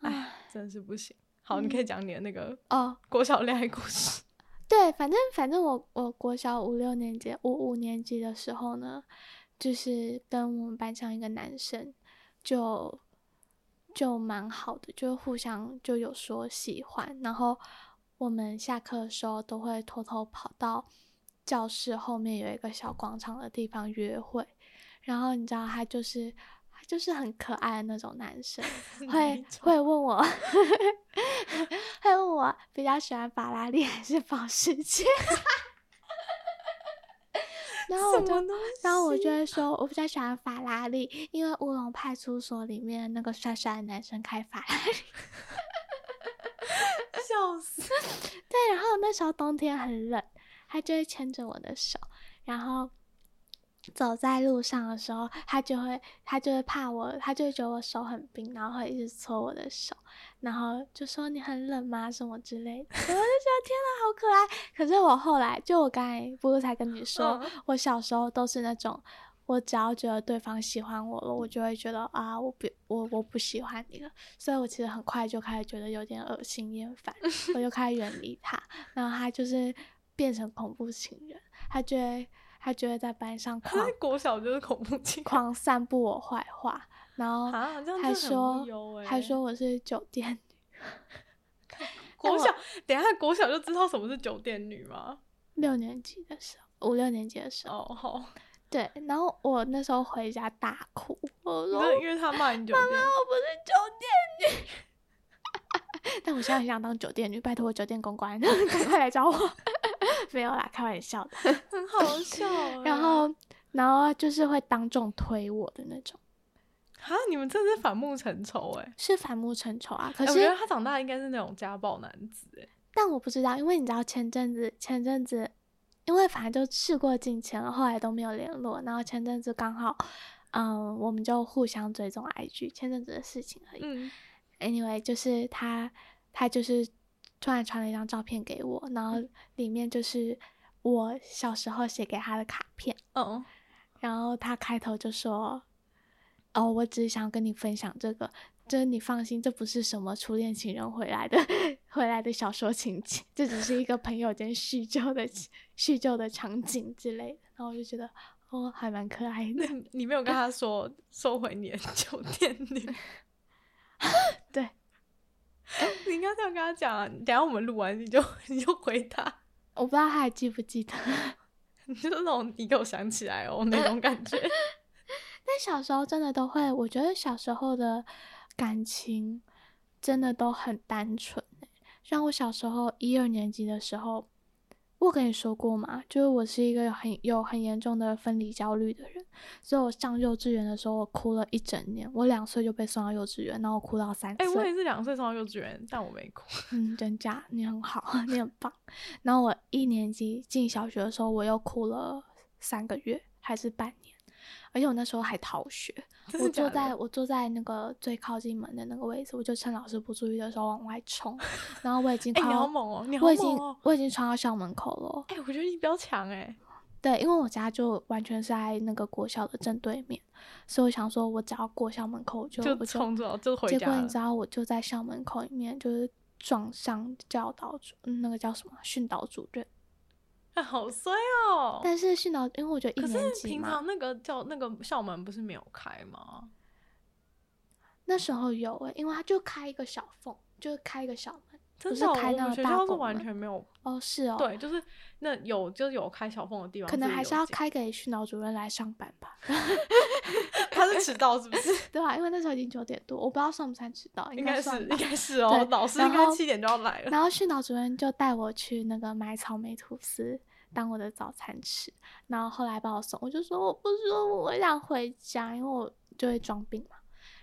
Speaker 1: 哎，真的是不行。好，你可以讲你的那个
Speaker 2: 嗯哦，
Speaker 1: 国小恋爱故 事。
Speaker 2: 对，反正反正我我国小五六年级，我五年级的时候呢，就是跟我们班上一个男生就就蛮好的，就互相就有说喜欢，然后我们下课的时候都会偷偷跑到教室后面有一个小广场的地方约会，然后你知道他就是他就是很可爱的那种男生，
Speaker 1: 哪一
Speaker 2: 会
Speaker 1: 种
Speaker 2: 会问我，会问我比较喜欢法拉利还是保时捷，然后我
Speaker 1: 什么
Speaker 2: 就
Speaker 1: 东
Speaker 2: 然后我
Speaker 1: 西啊
Speaker 2: 就会说，我比较喜欢法拉利，因为乌龙派出所里面那个帅帅的男生开法拉利。
Speaker 1: 笑死，
Speaker 2: 对，然后那时候冬天很冷，他就会牵着我的手，然后走在路上的时候，他就会他就会怕我，他就会觉得我手很冰，然后会一直搓我的手，然后就说你很冷吗什么之类的。我就觉得天啊，好可爱。可是我后来就我刚才不是才跟你说，
Speaker 1: 嗯
Speaker 2: 我小时候都是那种。我只要觉得对方喜欢我了，我就会觉得啊，我不，我我不喜欢你了，所以我其实很快就开始觉得有点恶心厌 烦，我就开始远离他。然后他就是变成恐怖情人，他就会他就会在班上
Speaker 1: 他
Speaker 2: 狂
Speaker 1: 在国小就是恐怖情人
Speaker 2: 狂散布我坏话，然后
Speaker 1: 啊，这样
Speaker 2: 还
Speaker 1: 真的很无
Speaker 2: 说
Speaker 1: 忧欸
Speaker 2: 还说我是酒店女，
Speaker 1: 国小，等一下国小就知道什么是酒店女吗？
Speaker 2: 六年级的时候，五六年级的时候，
Speaker 1: 哦，好，
Speaker 2: 对。然后我那时候回家大哭，我说
Speaker 1: 那因为他骂你酒店，
Speaker 2: 我不是酒店女。 但我现在很想当酒店女，拜托我酒店公关， 赶快来找我。 没有啦，开玩笑的。
Speaker 1: 很好 笑欸。
Speaker 2: 然后，然后就是会当众推我的那种，
Speaker 1: 啊，你们真的是反目成仇哎！
Speaker 2: 是反目成仇啊。可
Speaker 1: 哎
Speaker 2: 是，
Speaker 1: 我觉得他长大应该是那种家暴男子哎。
Speaker 2: 但我不知道，因为你知道前阵子，前阵子，因为反正就事过境迁了，后来都没有联络。然后前阵子刚好，嗯，我们就互相追踪 IG，前阵子的事情而已。
Speaker 1: 嗯，
Speaker 2: anyway，就是他他就是突然传了一张照片给我，然后里面就是我小时候写给他的卡片，
Speaker 1: 哦，
Speaker 2: 然后他开头就说：“哦，我只是想跟你分享这个，就是你放心，这不是什么初恋情人回来的 回来的小说情节，这只是一个朋友间叙旧的叙旧的场景之类的。”然后我就觉得。哦，还蛮可爱
Speaker 1: 那，
Speaker 2: 的
Speaker 1: 你你没有跟他说 收回你的酒店女？
Speaker 2: 对，
Speaker 1: 你应该这样跟他讲啊。等一下我们录完你就 你就回他。
Speaker 2: 我不知道他还记不记得。
Speaker 1: 就是那种你给我想起来哦那种感 觉。
Speaker 2: 但小时候真的都会，我觉得小时候的感情真的都很单纯欸、像我小时候一二年级的时候，我跟你说过嘛，就是我是一个很有很严重的分离焦虑的人，所以我上幼稚园的时候，我哭了一整年。我两岁就被送到幼稚园，然后我哭到三
Speaker 1: 哎、
Speaker 2: 岁。
Speaker 1: 我也是两岁上幼稚园，但我没哭。
Speaker 2: 嗯，真假，你很好，你很棒。然后我一年级进小学的时候，我又哭了三个月还是半年，而且我那时候还逃学，
Speaker 1: 真
Speaker 2: 我
Speaker 1: 的假
Speaker 2: 坐
Speaker 1: 的
Speaker 2: 在我坐在那个最靠近门的那个位置，我就趁老师不注意的时候往外 冲，然后我已经
Speaker 1: 哎
Speaker 2: 快
Speaker 1: 你好
Speaker 2: 要
Speaker 1: 猛哦你
Speaker 2: 我
Speaker 1: 好
Speaker 2: 已经
Speaker 1: 猛哦
Speaker 2: 我已经穿到校门口了哦。
Speaker 1: 哎、我觉得你比较强哎、
Speaker 2: 对，因为我家就完全是在那个国校的正对面，所以我想说，我只要过校门口，我就
Speaker 1: 就
Speaker 2: 我
Speaker 1: 冲着就回
Speaker 2: 结
Speaker 1: 家
Speaker 2: 果你
Speaker 1: 了
Speaker 2: 知道，我就在校门口里面就是撞上教导主，嗯那个叫什么训导主任。
Speaker 1: 好衰哦。
Speaker 2: 但是训导，因为我觉得一
Speaker 1: 可
Speaker 2: 年
Speaker 1: 是
Speaker 2: 级
Speaker 1: 平
Speaker 2: 嘛，
Speaker 1: 常那个教那个校门不是没有开吗？
Speaker 2: 那时候有诶、因为他就开一个小缝，就是开一个小门。
Speaker 1: 真
Speaker 2: 是
Speaker 1: 的哦，
Speaker 2: 开
Speaker 1: 我
Speaker 2: 那
Speaker 1: 们学
Speaker 2: 种大
Speaker 1: 校是
Speaker 2: 拱
Speaker 1: 完
Speaker 2: 门
Speaker 1: 全没有。
Speaker 2: 哦，是哦，
Speaker 1: 对，就是那有就是有开小缝的地方，
Speaker 2: 可能还是
Speaker 1: 是
Speaker 2: 要
Speaker 1: 有解。
Speaker 2: 开给训导主任来上班吧，
Speaker 1: 他是迟到是 不是？
Speaker 2: 对吧、因为那时候已经九点多，我不知道算不算迟到，
Speaker 1: 应
Speaker 2: 该
Speaker 1: 该
Speaker 2: 算
Speaker 1: 是
Speaker 2: 吧
Speaker 1: 应该是哦
Speaker 2: 对，
Speaker 1: 老师
Speaker 2: 然
Speaker 1: 应该
Speaker 2: 后
Speaker 1: 七点就要来 了。
Speaker 2: 然后训导主任就带我去那个买草莓吐司当我的早餐吃，然后后来把我送，我就说我不舒服，我想回家，因为我就会装病嘛。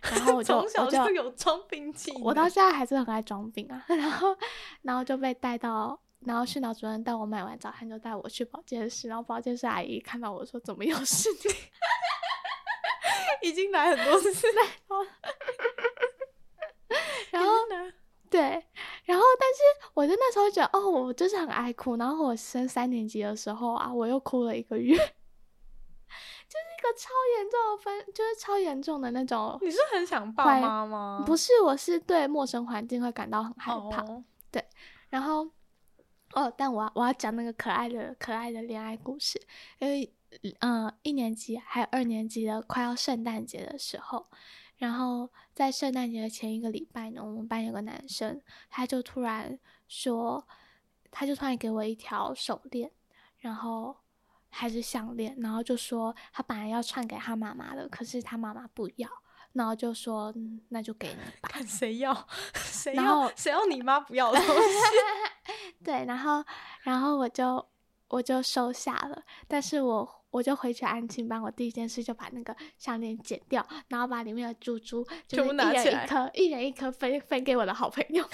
Speaker 2: 然后我就
Speaker 1: 从小
Speaker 2: 我
Speaker 1: 就
Speaker 2: 就
Speaker 1: 有装病技能，
Speaker 2: 我到现在还是很爱装病啊。 然后然后就被带到，然后训导主任带我买完早餐就带我去保健室，然后保健室阿姨看到我说怎么又是你，
Speaker 1: 已经来很多 次，
Speaker 2: 然后
Speaker 1: 已经来
Speaker 2: 对，然后但是我就那时候觉得哦，我就是很爱哭。然后我升三年级的时候啊，我又哭了一个月，就是 一个超严重的分，就是超严重的那种。
Speaker 1: 你是很想爸
Speaker 2: 坏
Speaker 1: 妈吗？
Speaker 2: 不
Speaker 1: 是
Speaker 2: 是，我是对陌生环境会感到很害怕。
Speaker 1: 嗯哦、
Speaker 2: 然后，哦，但我要我要讲那个可爱的可爱的恋爱故事，因为嗯、呃一年级还有二年级的快要圣诞节的时候，然后在圣诞节的前一个礼拜呢，我们班有个男生，他就突然说，他就突然给我一条手链，然后。还是项链，然后就说他本来要串给他妈妈的，可是他妈妈不要，然后就说、嗯那就给你吧。
Speaker 1: 看谁 要，谁
Speaker 2: 然
Speaker 1: 要
Speaker 2: 后，
Speaker 1: 谁要你妈不要的东西。
Speaker 2: 对，然后然后我就我就收下了，但是我我就回去安亲班，我第一件事就把那个项链剪掉，然后把里面的珠珠就
Speaker 1: 全
Speaker 2: 是
Speaker 1: 部
Speaker 2: 一
Speaker 1: 拿起
Speaker 2: 人
Speaker 1: 来
Speaker 2: 一颗，一人一颗分分给我的好朋友。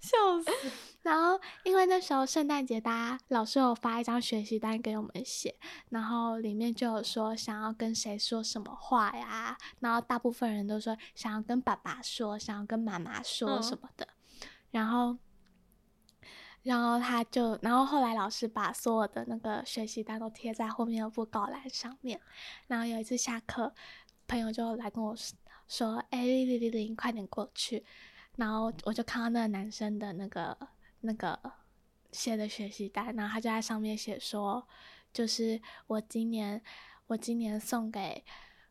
Speaker 1: 笑死！
Speaker 2: 然后因为那时候圣诞节，大家老师有发一张学习单给我们写，然后里面就有说想要跟谁说什么话呀，然后大部分人都说想要跟爸爸说，想要跟妈妈说
Speaker 1: 嗯
Speaker 2: 什么的，然后。然后他就，然后后来老师把所有的那个学习单都贴在后面的布告栏上面。然后有一次下课，朋友就来跟我说说：“哎、李李李李，你快点过去。”然后我就看到那个男生的那个那个写的学习单，然后他就在上面写说，就是我今年我今年送给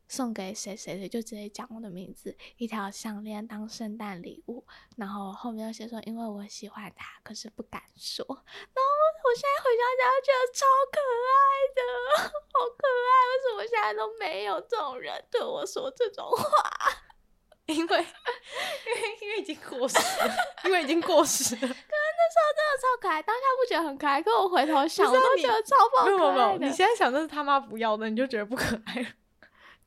Speaker 2: 送给谁谁谁，就直接讲我的名字，一条项链当圣诞礼物。然后后面又写说，因为我喜欢他，可是不敢说。然后我现在回想起来，觉得超可爱的， 好可爱！为什么现在都没有这种人对我说这种话？
Speaker 1: 因为因为因为已经过时了，因为已经过时了。
Speaker 2: 超可爱，当下不觉得很可爱，可我回头想，
Speaker 1: 不是
Speaker 2: 我
Speaker 1: 啊
Speaker 2: 都
Speaker 1: 你
Speaker 2: 觉得超爆
Speaker 1: 没有没
Speaker 2: 可
Speaker 1: 有没
Speaker 2: 爱
Speaker 1: 有，
Speaker 2: 的。
Speaker 1: 你现在想这是他妈不要的，你就觉得不可爱了。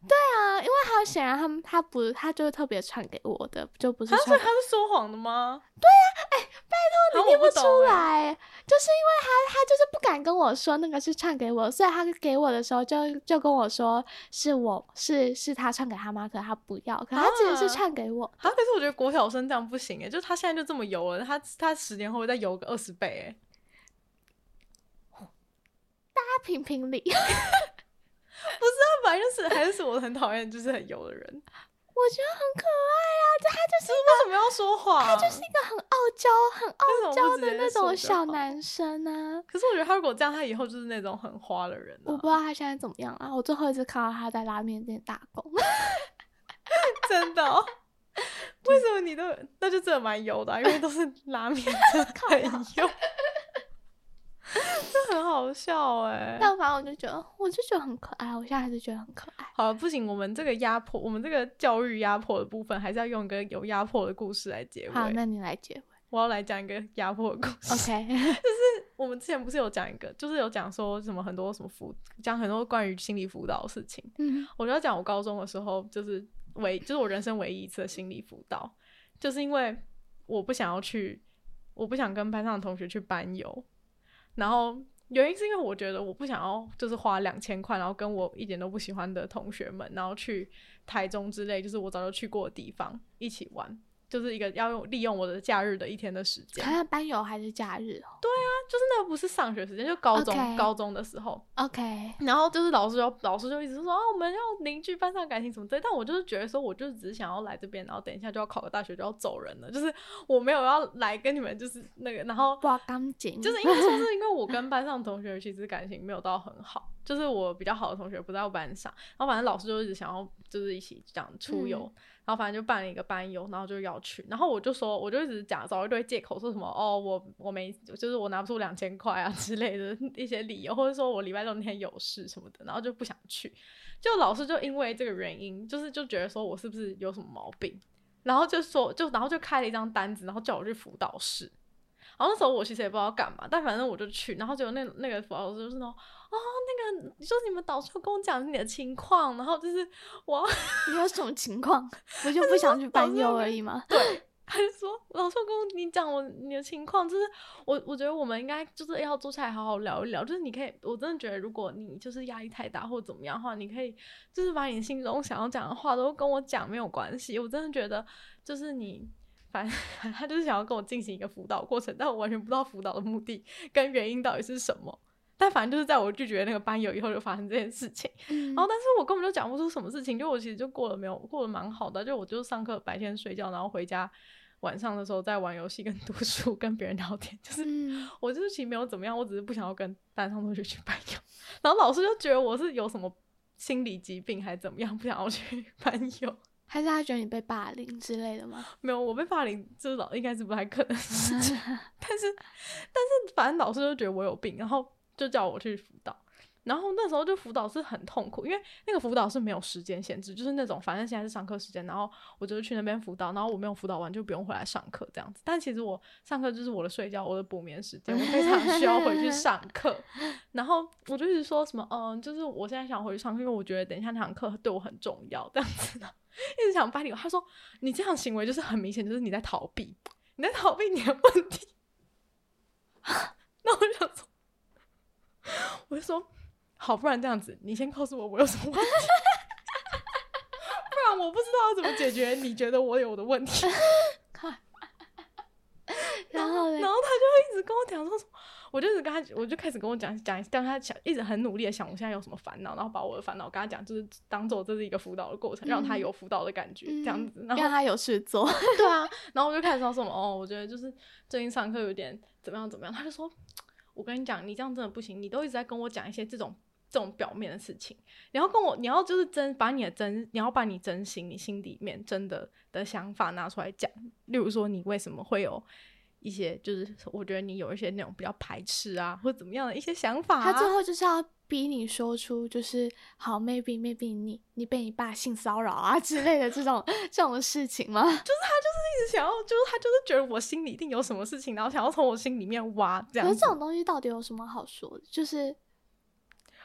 Speaker 2: 啊，因为他显然他们他不他就是特别传给我的，就不是
Speaker 1: 他啊所
Speaker 2: 传
Speaker 1: 以他是说谎的吗？对
Speaker 2: 你
Speaker 1: 呀、哎、
Speaker 2: 听
Speaker 1: 拜托
Speaker 2: 不出。
Speaker 1: 欸
Speaker 2: 来，就是因为他他就是不敢跟我说那个是唱给我，所以他给我的时候就就跟我说是我是是他唱给他妈，可他不要，可他其实
Speaker 1: 啊
Speaker 2: 是唱给我。
Speaker 1: 啊！可是我觉得国小生这样不行哎，就是他现在就这么油了，他他十年后再油个二十倍哎。
Speaker 2: 他评评理，
Speaker 1: 他本来就是还是我很讨厌就是很油的人， 为
Speaker 2: 我觉得很可爱啊，这他就是
Speaker 1: 什么要说谎？他
Speaker 2: 就是一个很傲娇、很傲
Speaker 1: 为什么
Speaker 2: 娇
Speaker 1: 不直
Speaker 2: 的
Speaker 1: 接
Speaker 2: 那
Speaker 1: 说
Speaker 2: 种
Speaker 1: 就
Speaker 2: 小
Speaker 1: 好
Speaker 2: 男生啊。
Speaker 1: 可是我觉得他如果这样，他以后就是那种很花的人、
Speaker 2: 我
Speaker 1: 啊
Speaker 2: 不，知道他现在怎么样啊！我最后一次看到他在拉面店打工，
Speaker 1: 真的、哦。 为什么你都那就真的蛮油的啊、因为都是拉面， 真的很油，这很好笑哎、
Speaker 2: 但反正我就觉得，我就觉得很可爱，我现在还是觉得很可爱。
Speaker 1: 好了，不行，我们这个压迫，我们这个教育压迫的部分，还是要用一个有压迫的故事来结
Speaker 2: 好，
Speaker 1: 尾。
Speaker 2: 那你来结尾
Speaker 1: 我要来讲一个压迫的故事。
Speaker 2: ，OK？
Speaker 1: 我们之前不是有讲一个，就是有讲说什么很多什么辅，讲很多关于心理辅导的事情。
Speaker 2: 嗯，
Speaker 1: 我就要讲我高中的时候，就是唯就是我人生唯一一次的心理辅导，就是因为我不想要去，我不想跟班上的同学去班游，然后原因是因为我觉得我不想要就是花两千块，然后跟我一点都不喜欢的同学们，然后去台中之类，就是我早就去过的地方一起玩，就是一个要用利用我的假日的一天的时间
Speaker 2: 好。像班友还是假日哦，
Speaker 1: 就是那个不是上学时间，就高中
Speaker 2: OK
Speaker 1: 高中的时候，
Speaker 2: OK，
Speaker 1: 然后就是老师就老师就一直说啊，我们要凝聚班上感情什么之类，但我就是觉得说，我就是只是想要来这边，然后等一下就要考个大学就要走人了，就是我没有要来跟你们就是那个，然后
Speaker 2: 哇，钢筋
Speaker 1: 就是因为说是因为我跟班上同学其实感情没有到很好，就是我比较好的同学不在我班上，然后反正老师就一直想要就是一起这样出游，
Speaker 2: 嗯
Speaker 1: 然后反正就办了一个班游，然后就要去，然后我就说我就一直讲找一堆借口说什么哦我我没就是我拿不出两千块啊之类的 一些理由，或者说我礼拜六那天有事什么的，然后就不想去，就老师就因为这个原因，就是就觉得说我是不是有什么毛病，然后就说就然后就开了一张单子，然后叫我去辅导室。然后那时候我其实也不知道干嘛，但反正我就去，然后结果那那个辅导老师就是那种，哦，那个就是你们导师有跟我讲你的情况，然后就是我
Speaker 2: 你有什么情况？不就不想去班游而 已吗？
Speaker 1: 还说老师有跟我你讲我你的情况，就是我我觉得我们应该就是要坐下来好好聊一聊，就是你可以，我真的觉得如果你就是压力太大或怎么样的话，你可以就是把你心中想要讲的话都跟我讲，没有关系。我真的觉得就是你。反 正他就是想要跟我进行一个辅导过程，但我完全不知道辅导的目的跟原因到底是什么。但反正就是在我拒绝那个班友以后，就发生这件事情。
Speaker 2: 嗯
Speaker 1: 然后，但是我根本就讲不出什么事情，就我其实就过得没有过得蛮好的，就我就上课白天睡觉，然后回家晚上的时候在玩游戏、跟 读书、跟别人聊天，就是、
Speaker 2: 嗯，
Speaker 1: 我就是其实没有怎么样，我只是不想要跟班上同学去班游，然后老师就觉得我是有什么心理疾病还是怎么样，不想要去 班游。
Speaker 2: 还是他觉得你被霸凌之类的吗？
Speaker 1: 没有，我被霸凌，这老应该是不太可能的事情。但是，但是反正老师就觉得我有病，然后就叫我去辅导。然后那时候就辅导是很痛苦，因为那个辅导是没有时间限制，就是那种反正现在是上课时间，然后我就是去那边辅导，然后我没有辅导完就不用回来上课这样子。但其实我上课就是我的睡觉，我的补眠时间，我非常需要回去上课。然后我就一直说什么，嗯，就是我现在想回去上课，因为我觉得等一下那堂课对我很重要，这样子的，一直想掰你。他说你这样行为就是很明显，就是你在逃避，你在逃避你的问题。 那我就说，我就说，好，不然这样子，你先告诉我我有什么问题， 不然我不知道要怎么解决你觉得我有的问 题。
Speaker 2: 然后嘞
Speaker 1: 然，后他就一直跟我讲说什么，我就一直跟他，我就开始跟我讲讲，但他想一直很努力的想我现在有什么烦恼，然后把我的烦恼跟他讲，就是当做这是一个辅导的过程，让他
Speaker 2: 嗯
Speaker 1: 有辅导的感觉，这样子。然后
Speaker 2: 让他有事做。
Speaker 1: 对啊，然后我就开始说什么哦，我觉得就是最近上课有点怎么样怎么样，他就说，我跟你讲，你这样真的不行，你都一直在跟我讲一些这种这种表面的事情，你要跟我，你要就是真把你的真，你要把你真心，你心里面真的的想法拿出来讲，例如说你为什么会有。一些就是，我觉得你有一些那种比较排斥啊，或怎么样的一些想法、啊。
Speaker 2: 他最后就是要逼你说出，就是好，maybe maybe 你你被你爸性骚扰啊之类的这种这种事情吗？
Speaker 1: 一直想要，就是他就是觉得我心里一定有什么事情，然后想要从我心里面挖这
Speaker 2: 可
Speaker 1: 样
Speaker 2: 是
Speaker 1: 子。
Speaker 2: 这种东西到底有什么好说的？就是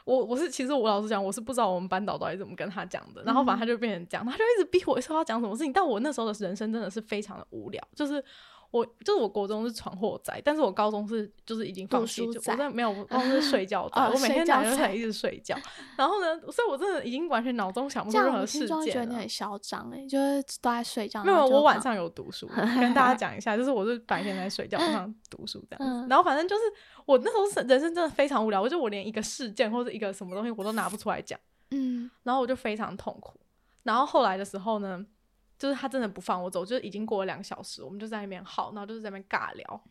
Speaker 1: 我我是其实我老实讲，我是不知道我们班导到底怎么跟他讲的，然后
Speaker 2: 嗯
Speaker 1: 反正他就变成这样，他就一直逼我说要讲什么事情，但我那时候的人生真的是非常的无聊，就是。我就是我国中是闯祸仔，但是我高中是就是已经放弃，就
Speaker 2: 读书
Speaker 1: 我
Speaker 2: 仔
Speaker 1: 真的没有， 我光是睡觉仔，
Speaker 2: 哦
Speaker 1: 我每天
Speaker 2: 睡觉
Speaker 1: 晚上
Speaker 2: 仔
Speaker 1: 一直睡觉。然后呢，所以我真的已经完全脑中想不
Speaker 2: 这
Speaker 1: 出任
Speaker 2: 样，
Speaker 1: 何
Speaker 2: 我
Speaker 1: 事
Speaker 2: 听众会觉得
Speaker 1: 件
Speaker 2: 你
Speaker 1: 了
Speaker 2: 很。嚣张哎、就是都在睡觉。
Speaker 1: 没
Speaker 2: 然
Speaker 1: 有，
Speaker 2: 后就
Speaker 1: 我晚
Speaker 2: 放
Speaker 1: 上有读 书，跟大家讲一下，就是我是白天在睡觉，晚上读书这样子。
Speaker 2: 嗯
Speaker 1: 然后反正就是我那时候是人生真的非常无聊，我就我连一个事件或者一个什么东西我都拿不出来讲。
Speaker 2: 嗯
Speaker 1: 然后我就非常痛苦。然后后来的时候呢，就是他真的不放我走，就是已经过了两个小时，我们就在那边耗，然后就是在那边尬聊。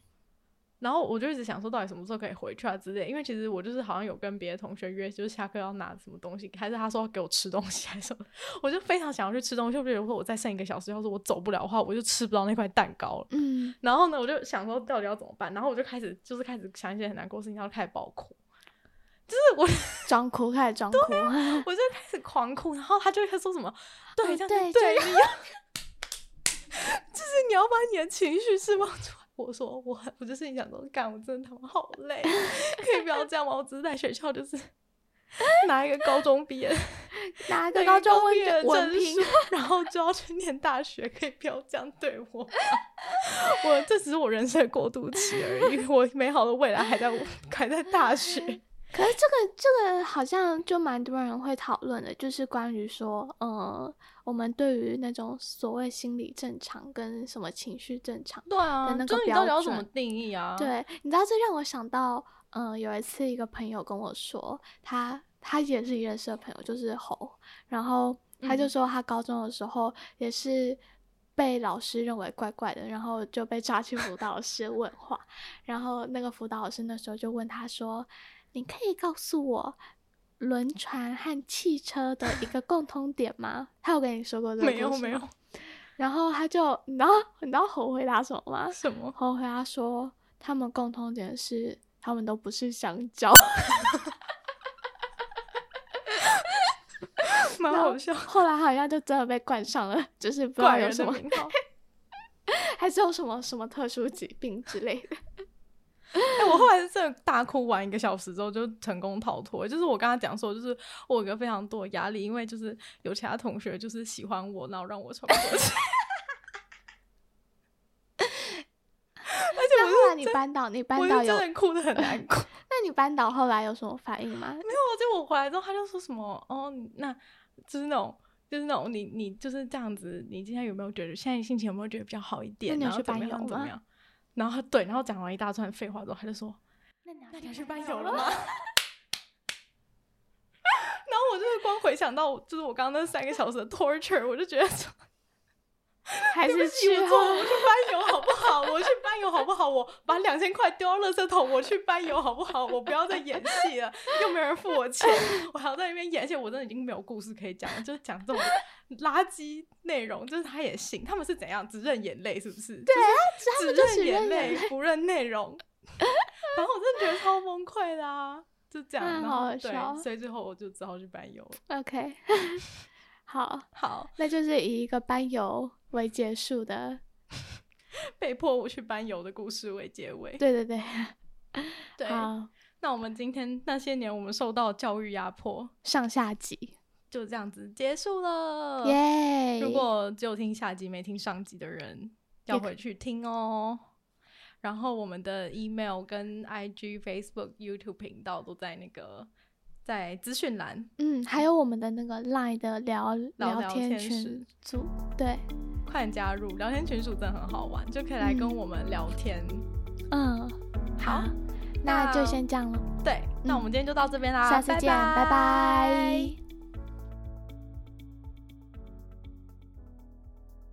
Speaker 1: 然后我就一直想说，到底什么时候可以回去啊之类的？因为其实我就是好像有跟别的同学约，就是下课要拿什么东西，还是他说要给我吃东西还是什么，我就非常想要去吃东西。我就觉得如果我再剩一个小时，要是我走不了的话，我就吃不到那块蛋糕了。
Speaker 2: 嗯，
Speaker 1: 然后呢，我就想说到底要怎么办？然后我就开始就是开始想一些很难过的事情，然后开始爆哭。就是我
Speaker 2: 装哭开始装哭，
Speaker 1: 我就开始狂哭，然后他就会说什么，啊对，
Speaker 2: 哦
Speaker 1: 这样
Speaker 2: 对
Speaker 1: 对，
Speaker 2: 这
Speaker 1: 你要，就是你要把你的情绪释放出来。我说我很，我就是想说，干，我真的他妈好累，啊 可以不要这样吗？我只是在学校 就是拿一个高中毕业，
Speaker 2: 拿
Speaker 1: 拿
Speaker 2: 一个
Speaker 1: 一
Speaker 2: 高中
Speaker 1: 毕业的
Speaker 2: 文文
Speaker 1: 证
Speaker 2: 凭
Speaker 1: 书， 然后就要去念大学，可以不要这样对我 吗。我这只是我人生的过渡期而已，我美好的未来还在我还在大学。
Speaker 2: 可是这个这个好像就蛮多人会讨论的，就是关于说，呃，我们对于那种所谓心理正常跟什么情绪正常，
Speaker 1: 对啊
Speaker 2: 的那，个
Speaker 1: 就是你到底
Speaker 2: 标
Speaker 1: 要怎
Speaker 2: 准
Speaker 1: 么定义啊？，
Speaker 2: 对，你知道这让我想到，嗯、有一次一个朋友跟我说，他他也是认识的朋友，就是猴，然后他就
Speaker 1: 嗯
Speaker 2: 说他高中的时候也是被老师认为怪怪的，然后就被抓去辅导老师问话，然后那个辅导老师那时候就问他说：“你可以告诉我。”轮船和汽车的一个共通点吗？他有跟你说过这个
Speaker 1: 没有
Speaker 2: 故事
Speaker 1: 没有
Speaker 2: 吗。然后他就，你知道你知道猴回答什么吗？
Speaker 1: 什么？
Speaker 2: 后回答说，他们共通点是他们都不是香 蕉，
Speaker 1: 哦蛮
Speaker 2: 然
Speaker 1: 好
Speaker 2: 后
Speaker 1: 笑，
Speaker 2: 后来好像就真的被冠上了，就是不知道
Speaker 1: 怪
Speaker 2: 有
Speaker 1: 人
Speaker 2: 什
Speaker 1: 的
Speaker 2: 么，
Speaker 1: 名号。
Speaker 2: 还是有什么什么特殊疾病之类的。
Speaker 1: 哎、我后来是真的大哭完一个小时之后就成功逃脱。就是我跟他讲说，就是我有一个非常多的压力，因为就是有其他同学就是喜欢我，然后让我重过去。
Speaker 2: 那后来你扳倒，你扳
Speaker 1: 我
Speaker 2: 倒
Speaker 1: 是
Speaker 2: 有，
Speaker 1: 真的哭的很 难过。
Speaker 2: 那你扳倒后来有什么反应吗？
Speaker 1: 没有，结果我回来之后他就说什么哦，你那就是那种。就是那种你你就是这样子，你今天有没有觉得现在心情有没有觉得比较好一点？
Speaker 2: 那你有
Speaker 1: 然后
Speaker 2: 去
Speaker 1: 怎么
Speaker 2: 班游
Speaker 1: 样怎
Speaker 2: 吗
Speaker 1: 么样？然后他对，然后讲完一大串废话之后，他就说
Speaker 2: 那你
Speaker 1: 那你要去班游了吗？？ 然后我就是光回想到，就是我刚刚那三个小时的 torture，我就觉得说，
Speaker 2: 还
Speaker 1: 对不
Speaker 2: 是
Speaker 1: 起，我
Speaker 2: 去
Speaker 1: 错
Speaker 2: 后
Speaker 1: 了，我去班游好不好？我去班游好不好？我把两千块丢到垃圾桶，我去班游好不好？我不要再演戏了，又没有人付我钱，我还要在那边演，而且我真的已经没有故事可以讲了，就是讲这种垃圾内容，就是他也信，他们是怎样只认眼泪，是不是？对
Speaker 2: 啊他
Speaker 1: 只
Speaker 2: 们就只
Speaker 1: 认
Speaker 2: 认
Speaker 1: 眼
Speaker 2: 眼
Speaker 1: 泪
Speaker 2: 泪，
Speaker 1: 不认内 容。然后我真的觉得超崩溃的啊，就这样，
Speaker 2: 啊
Speaker 1: 然
Speaker 2: 好
Speaker 1: 后
Speaker 2: 好笑
Speaker 1: 对，所以最后我就只好去班游了。
Speaker 2: OK，好，
Speaker 1: 好，
Speaker 2: 那就是以一个班游为结束的。
Speaker 1: 被迫我去班游的故事为结尾。
Speaker 2: 对对对，
Speaker 1: 对
Speaker 2: 好，
Speaker 1: 那我们今天那些年我们受到教育压迫，
Speaker 2: 上下集，
Speaker 1: 就这样子结束了。
Speaker 2: 耶！
Speaker 1: 嗯如果只有听下集没听上集的人，要
Speaker 2: 也可
Speaker 1: 回去听哦。然后我们的 email、跟 IG、Facebook、YouTube 频道都在那个在资讯栏，
Speaker 2: 嗯，还有我们的那个 Line 的聊
Speaker 1: 聊
Speaker 2: 聊
Speaker 1: 天
Speaker 2: 天
Speaker 1: 室
Speaker 2: 群组，对，
Speaker 1: 快点加入聊天群组，真的很好玩，就可以来跟
Speaker 2: 嗯
Speaker 1: 我们聊天。
Speaker 2: 嗯，
Speaker 1: 好，
Speaker 2: 那
Speaker 1: 那
Speaker 2: 就先这样了，
Speaker 1: 对，那我们今天就到这边啦，
Speaker 2: 嗯下次见，
Speaker 1: 拜
Speaker 2: 拜拜